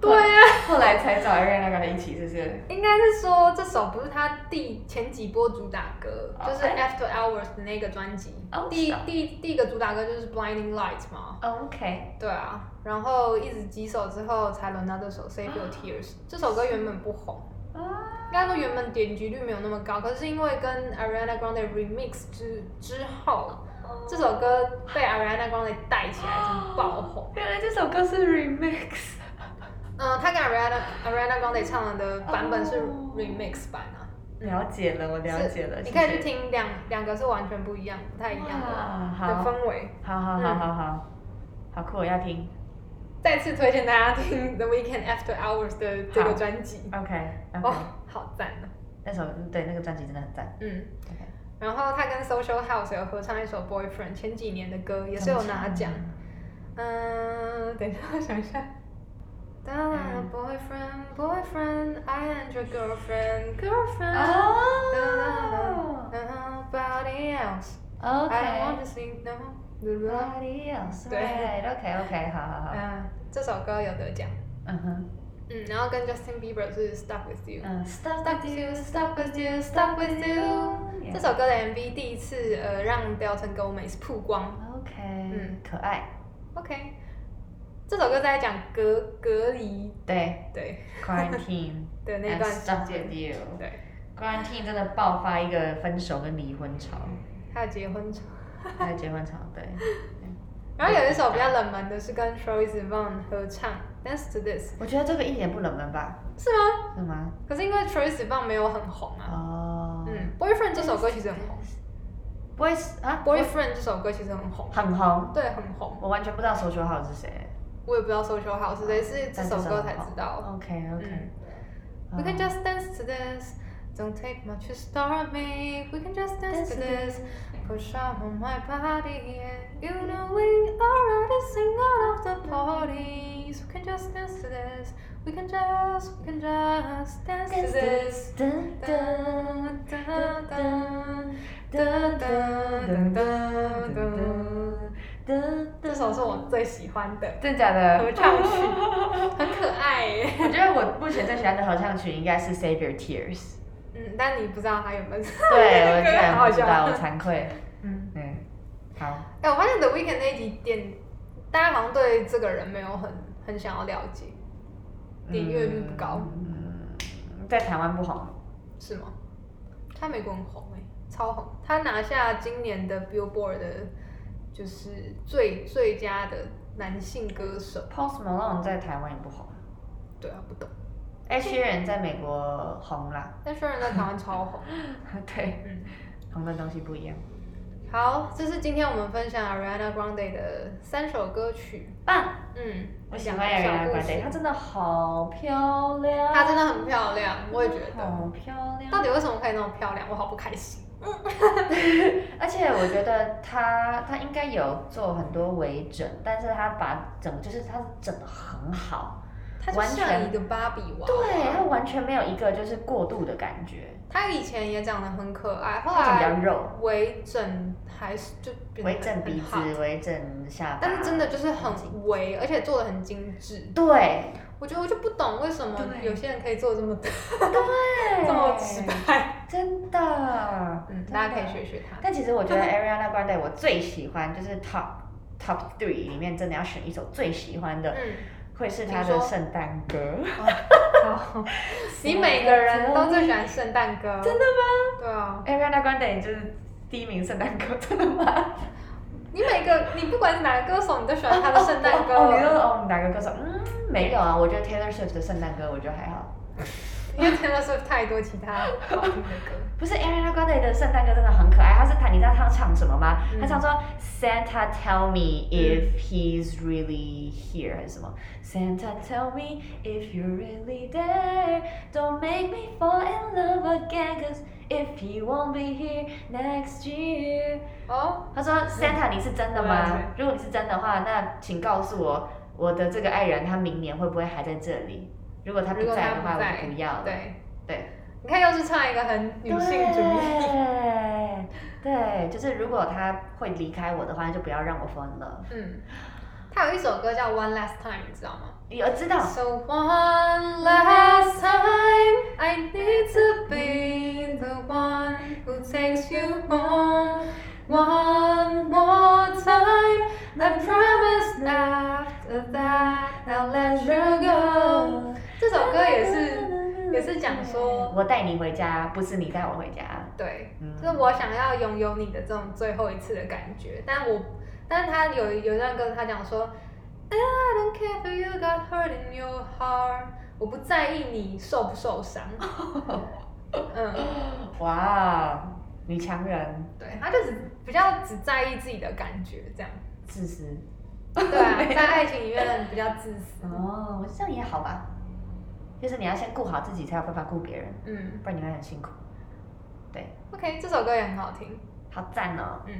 [SPEAKER 2] 对啊，
[SPEAKER 1] 后来才找 Ariana Grande 一起，是不是？
[SPEAKER 2] 应该是说这首不是他第前几波主打歌就是
[SPEAKER 1] OK
[SPEAKER 2] After Hours 的那个专辑
[SPEAKER 1] 哦
[SPEAKER 2] 第
[SPEAKER 1] 是啊
[SPEAKER 2] 第第一个主打歌就是 Blinding Lights 嘛。
[SPEAKER 1] 哦 OK，
[SPEAKER 2] 对啊，然后一直几首之后才轮到这首《Save Your Tears》。这首歌原本不红，
[SPEAKER 1] 啊
[SPEAKER 2] 应该说原本点击率没有那么高，可是因为跟 Ariana Grande remix 之之后，这首歌被 Ariana Grande 带起来，就是爆红。
[SPEAKER 1] 原来这首歌是 remix。
[SPEAKER 2] 嗯，他跟 Ariana Ariana Grande 唱的版本是
[SPEAKER 1] 哦
[SPEAKER 2] remix 版啊，
[SPEAKER 1] 了解了，我了解了。
[SPEAKER 2] 你
[SPEAKER 1] 谢
[SPEAKER 2] 可
[SPEAKER 1] 谢
[SPEAKER 2] 以去听两两个是完全不一样、不太一样的
[SPEAKER 1] 哇
[SPEAKER 2] 的
[SPEAKER 1] 好，
[SPEAKER 2] 氛围。
[SPEAKER 1] 好好好好好，好酷，我要听。
[SPEAKER 2] 再次推荐大家听 The Weeknd After Hours 的这
[SPEAKER 1] 好
[SPEAKER 2] 个专辑，
[SPEAKER 1] OK，
[SPEAKER 2] 哇、
[SPEAKER 1] OK，
[SPEAKER 2] 好赞啊！
[SPEAKER 1] 那首对那个专辑真的很赞。
[SPEAKER 2] 嗯
[SPEAKER 1] OK，
[SPEAKER 2] 然后他跟 Social House 有合唱一首 Boyfriend，前几年的歌也是有拿奖。啊嗯， 等一下，我想一下。Da 嗯 boyfriend, boyfriend, I am your girlfriend, girlfriend.
[SPEAKER 1] 哦
[SPEAKER 2] Nobody else. I don't
[SPEAKER 1] ，OK。
[SPEAKER 2] want to sing no. no, no.
[SPEAKER 1] Bloody else，
[SPEAKER 2] 对
[SPEAKER 1] right，OK，OK，好好好。
[SPEAKER 2] 嗯，这首歌有得奖。
[SPEAKER 1] 嗯哼，
[SPEAKER 2] 嗯，然后跟 Justin Bieber 是 Stuck with You。
[SPEAKER 1] 嗯，Stop
[SPEAKER 2] Stuck with you, stuck with you, stuck with you。这首歌的 MV 第一次呃让 Delton Gomez 曝光。
[SPEAKER 1] OK，
[SPEAKER 2] 嗯
[SPEAKER 1] 可爱，
[SPEAKER 2] OK，这首歌在讲隔隔离
[SPEAKER 1] 对
[SPEAKER 2] 对
[SPEAKER 1] ，Quarantine
[SPEAKER 2] 的那
[SPEAKER 1] and
[SPEAKER 2] 段时
[SPEAKER 1] stuck
[SPEAKER 2] 间
[SPEAKER 1] with，you。
[SPEAKER 2] 对，
[SPEAKER 1] Quarantine 真的爆发一个分手跟离婚潮，
[SPEAKER 2] 还有结婚潮。
[SPEAKER 1] 还有结婚潮，对，
[SPEAKER 2] 然后有一首比较冷门的是跟 Troye Sivan 合唱《Dance to This
[SPEAKER 1] 我觉得这个一点不冷门吧？》，
[SPEAKER 2] 是吗？
[SPEAKER 1] 是吗？
[SPEAKER 2] 可是因为 Troye Sivan 没有很红啊。
[SPEAKER 1] 哦，
[SPEAKER 2] 嗯，Boyfriend 这首歌其实很红
[SPEAKER 1] ，Boys 啊
[SPEAKER 2] ，Boyfriend 这首歌其实很红，
[SPEAKER 1] 很红，
[SPEAKER 2] 对，很红。
[SPEAKER 1] 我完全不知道 Social House 是谁，
[SPEAKER 2] 我也不知道 Social House 是谁，是这
[SPEAKER 1] 但
[SPEAKER 2] 首
[SPEAKER 1] 就是
[SPEAKER 2] 歌
[SPEAKER 1] 很
[SPEAKER 2] 才
[SPEAKER 1] 红
[SPEAKER 2] 知道。
[SPEAKER 1] 哦 OK
[SPEAKER 2] 嗯
[SPEAKER 1] OK，
[SPEAKER 2] We can just dance to this. Don't take much to start me. We can just dance to this. Push up on my body. and You know we already sing out of the parties. We can just dance to this. We can just, we can just dance to this.
[SPEAKER 1] 噔噔
[SPEAKER 2] Dun, dun, dun, dun, dun, dun, dun. 这首是我最喜欢的
[SPEAKER 1] 真假的
[SPEAKER 2] 合唱曲，很可爱耶。
[SPEAKER 1] 我觉得我目前最喜欢的合唱曲应该是《Save Your Tears》。
[SPEAKER 2] 嗯，但你不知道它有没有？
[SPEAKER 1] 对，我居
[SPEAKER 2] 好
[SPEAKER 1] 然
[SPEAKER 2] 好
[SPEAKER 1] 不知道，
[SPEAKER 2] 笑
[SPEAKER 1] 我。惭愧。
[SPEAKER 2] 嗯，
[SPEAKER 1] 嗯， 好，
[SPEAKER 2] 哎、我发现 The Weeknd 那一集点，大家好像对这个人没有很很想要了解，点阅率不高，
[SPEAKER 1] 嗯，在台湾不红。
[SPEAKER 2] 是吗？他美国很红哎、超红，他拿下今年的 Billboard 的，就是最最佳的男性歌手。
[SPEAKER 1] Post Malone 在台湾也不红。
[SPEAKER 2] 对啊，不懂。
[SPEAKER 1] 哎，薛仁在美国红啦。
[SPEAKER 2] 但虽然在台湾超红，
[SPEAKER 1] 对，
[SPEAKER 2] 嗯。
[SPEAKER 1] 红的东西不一样。
[SPEAKER 2] 好，这是今天我们分享 Ariana Grande 的三首歌曲。
[SPEAKER 1] 棒，
[SPEAKER 2] 嗯，
[SPEAKER 1] 我喜欢
[SPEAKER 2] 两个小
[SPEAKER 1] Ariana
[SPEAKER 2] 故
[SPEAKER 1] Grande，
[SPEAKER 2] 事
[SPEAKER 1] 她真的好漂亮。
[SPEAKER 2] 她真的很漂亮，我也觉得。
[SPEAKER 1] 好漂亮。
[SPEAKER 2] 到底为什么可以那么漂亮？我好不开心。
[SPEAKER 1] 而且我觉得他他应该有做很多微整，但是他把整个就是他整的很好，
[SPEAKER 2] 她就
[SPEAKER 1] 完
[SPEAKER 2] 像
[SPEAKER 1] 全
[SPEAKER 2] 一个芭比娃娃。
[SPEAKER 1] 对他完全没有一个就是过度的感觉，
[SPEAKER 2] 她以前也长得很可爱，后
[SPEAKER 1] 他比较
[SPEAKER 2] 来
[SPEAKER 1] 肉，
[SPEAKER 2] 微整还是就变得
[SPEAKER 1] 微整
[SPEAKER 2] 很
[SPEAKER 1] 鼻子
[SPEAKER 2] 好，
[SPEAKER 1] 微整下巴，
[SPEAKER 2] 但是真的就是很微，而且做的很精致。
[SPEAKER 1] 对
[SPEAKER 2] 我觉得我就不懂为什么
[SPEAKER 1] 对
[SPEAKER 2] 有些人可以做这么
[SPEAKER 1] 对，
[SPEAKER 2] 这么直白。
[SPEAKER 1] 真的，
[SPEAKER 2] 嗯，
[SPEAKER 1] 真
[SPEAKER 2] 大家可以
[SPEAKER 1] 的
[SPEAKER 2] 学学她。
[SPEAKER 1] 但其实我觉得 Ariana Grande 我最喜欢就是 Top Top Three 里面真的要选一首最喜欢的，
[SPEAKER 2] 嗯，
[SPEAKER 1] 会是他
[SPEAKER 2] 请
[SPEAKER 1] 的
[SPEAKER 2] 说
[SPEAKER 1] 圣诞歌，
[SPEAKER 2] 好，你每个人都最喜欢圣诞歌，真的吗？对啊，
[SPEAKER 1] Ariana Grande 就是第一名圣诞歌，真的 吗？
[SPEAKER 2] 你每个你不管是哪个歌手，你都喜欢他的圣诞
[SPEAKER 1] 哦，你说
[SPEAKER 2] 歌，
[SPEAKER 1] 哦哪个歌手？嗯，没有啊，我觉得 Taylor Swift 的圣诞歌我觉得还好。
[SPEAKER 2] 因为 Taylor Swift 太多其他好听的歌。
[SPEAKER 1] 不是 Ariana Grande 的圣诞歌真的很可爱，他是他，你知道他唱什么吗？
[SPEAKER 2] 嗯
[SPEAKER 1] 他唱说 Santa tell me if he's really here 还是什么？Santa tell me if you're really there, don't make me fall in love again, cause if he won't be here next year。
[SPEAKER 2] 哦，
[SPEAKER 1] 他说：“Santa，你是真的
[SPEAKER 2] 我
[SPEAKER 1] 吗
[SPEAKER 2] 了解？
[SPEAKER 1] 如果你是真的话，那请告诉我，我的这个爱人他明年会不会还在这里？如果他不
[SPEAKER 2] 如果
[SPEAKER 1] 在
[SPEAKER 2] 他
[SPEAKER 1] 的
[SPEAKER 2] 不
[SPEAKER 1] 话，
[SPEAKER 2] 在
[SPEAKER 1] 我就不要了。
[SPEAKER 2] 对，
[SPEAKER 1] 对
[SPEAKER 2] 你看又是唱一个很女性主义。
[SPEAKER 1] 对对，就是如果他会离开我的话，就不要让我 fall in love。
[SPEAKER 2] 嗯，他有一首歌叫 One Last Time，你知道吗
[SPEAKER 1] 有知道
[SPEAKER 2] ？So one last time, I need to be the one who takes you home. One more time, I promise after that I'll let you go。这首歌也是，也是讲说
[SPEAKER 1] 我带你回家，不是你带我回家。
[SPEAKER 2] 对，
[SPEAKER 1] 嗯
[SPEAKER 2] 就是我想要拥有你的这种最后一次的感觉，但我，但是他有有一段歌，他讲说，I 哎 don't care if you got hurt in your heart，我不在意你受不受伤。嗯，
[SPEAKER 1] 哇，女强人，
[SPEAKER 2] 对，他就只比较只在意自己的感觉这样。
[SPEAKER 1] 自私。
[SPEAKER 2] 对啊，在爱情里面比较自私。
[SPEAKER 1] 哦，这样也好吧。就是你要先顾好自己，才有办法顾别人，
[SPEAKER 2] 嗯
[SPEAKER 1] 不然你会很辛苦。对，
[SPEAKER 2] ，OK，这首歌也很好听。
[SPEAKER 1] 好赞哦
[SPEAKER 2] 嗯，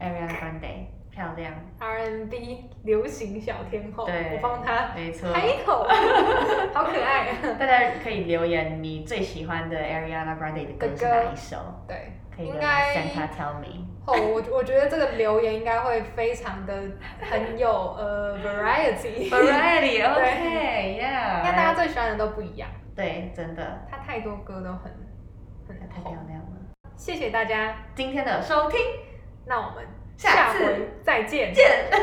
[SPEAKER 1] ，Ariana Grande。漂亮，
[SPEAKER 2] R&B 流行小天后，
[SPEAKER 1] 对嗯
[SPEAKER 2] 我帮她
[SPEAKER 1] 没错。
[SPEAKER 2] 开头，好可爱。
[SPEAKER 1] 大家可以留言你最喜欢的 Ariana Grande 的歌是哪一首？
[SPEAKER 2] 对，
[SPEAKER 1] 可以
[SPEAKER 2] 应
[SPEAKER 1] 留
[SPEAKER 2] 该
[SPEAKER 1] Santa Tell Me。
[SPEAKER 2] 哦，我我觉得这个留言应该会非常的很有呃 variety，
[SPEAKER 1] Variety,
[SPEAKER 2] 对
[SPEAKER 1] OK,
[SPEAKER 2] 因为大家
[SPEAKER 1] yeah。
[SPEAKER 2] 最喜欢的都不一样，
[SPEAKER 1] 对，真的
[SPEAKER 2] 她太多歌都很很
[SPEAKER 1] 太漂
[SPEAKER 2] 红。
[SPEAKER 1] 亮了。
[SPEAKER 2] 谢谢大家，
[SPEAKER 1] 今天的收听
[SPEAKER 2] 那我们
[SPEAKER 1] 下次
[SPEAKER 2] 回再见。
[SPEAKER 1] 见。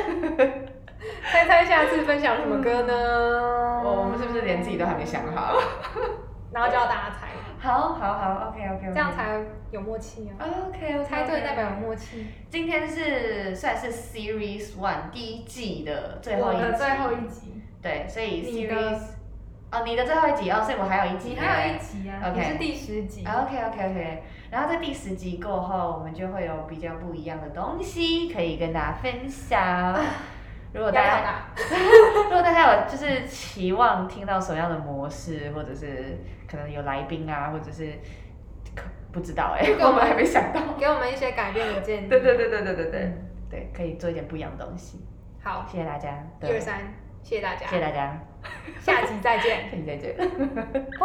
[SPEAKER 2] 猜猜下次分享什么歌呢？
[SPEAKER 1] 哦我们是不是连自己都还没想好？
[SPEAKER 2] 然后就要大家猜，
[SPEAKER 1] 好，好，好，OK, OK,
[SPEAKER 2] 这样才有默契啊！
[SPEAKER 1] OK，
[SPEAKER 2] 猜对代表有默契。
[SPEAKER 1] 今天是算是 Series One 第一季的嗯最后
[SPEAKER 2] 我
[SPEAKER 1] 一集，
[SPEAKER 2] 的最后一集，
[SPEAKER 1] 对，所以
[SPEAKER 2] 你的
[SPEAKER 1] Series 哦，你的最后一集哦，所以我还有一集，
[SPEAKER 2] 你还有一集啊，
[SPEAKER 1] OK
[SPEAKER 2] 你是第十集。
[SPEAKER 1] OK OK OK，然后在第十集过后，我们就会有比较不一样的东西可以跟大家分享。
[SPEAKER 2] 啊
[SPEAKER 1] 如果大
[SPEAKER 2] 压力好
[SPEAKER 1] 家
[SPEAKER 2] 大，
[SPEAKER 1] 如果大家有就是期望听到什么样的模式，或者是可能有来宾啊，或者是可不知道哎、
[SPEAKER 2] 这 个
[SPEAKER 1] 我们还没想到。
[SPEAKER 2] 给我们一些改变的建议。
[SPEAKER 1] 对对对对对对对
[SPEAKER 2] 嗯
[SPEAKER 1] 对，可以做一点不一样的东西。
[SPEAKER 2] 好，
[SPEAKER 1] 谢谢大家，
[SPEAKER 2] 一
[SPEAKER 1] 对
[SPEAKER 2] 二，三，谢谢大家
[SPEAKER 1] 谢，谢大家，
[SPEAKER 2] 下集再见。
[SPEAKER 1] 下期再见。
[SPEAKER 2] 拜拜。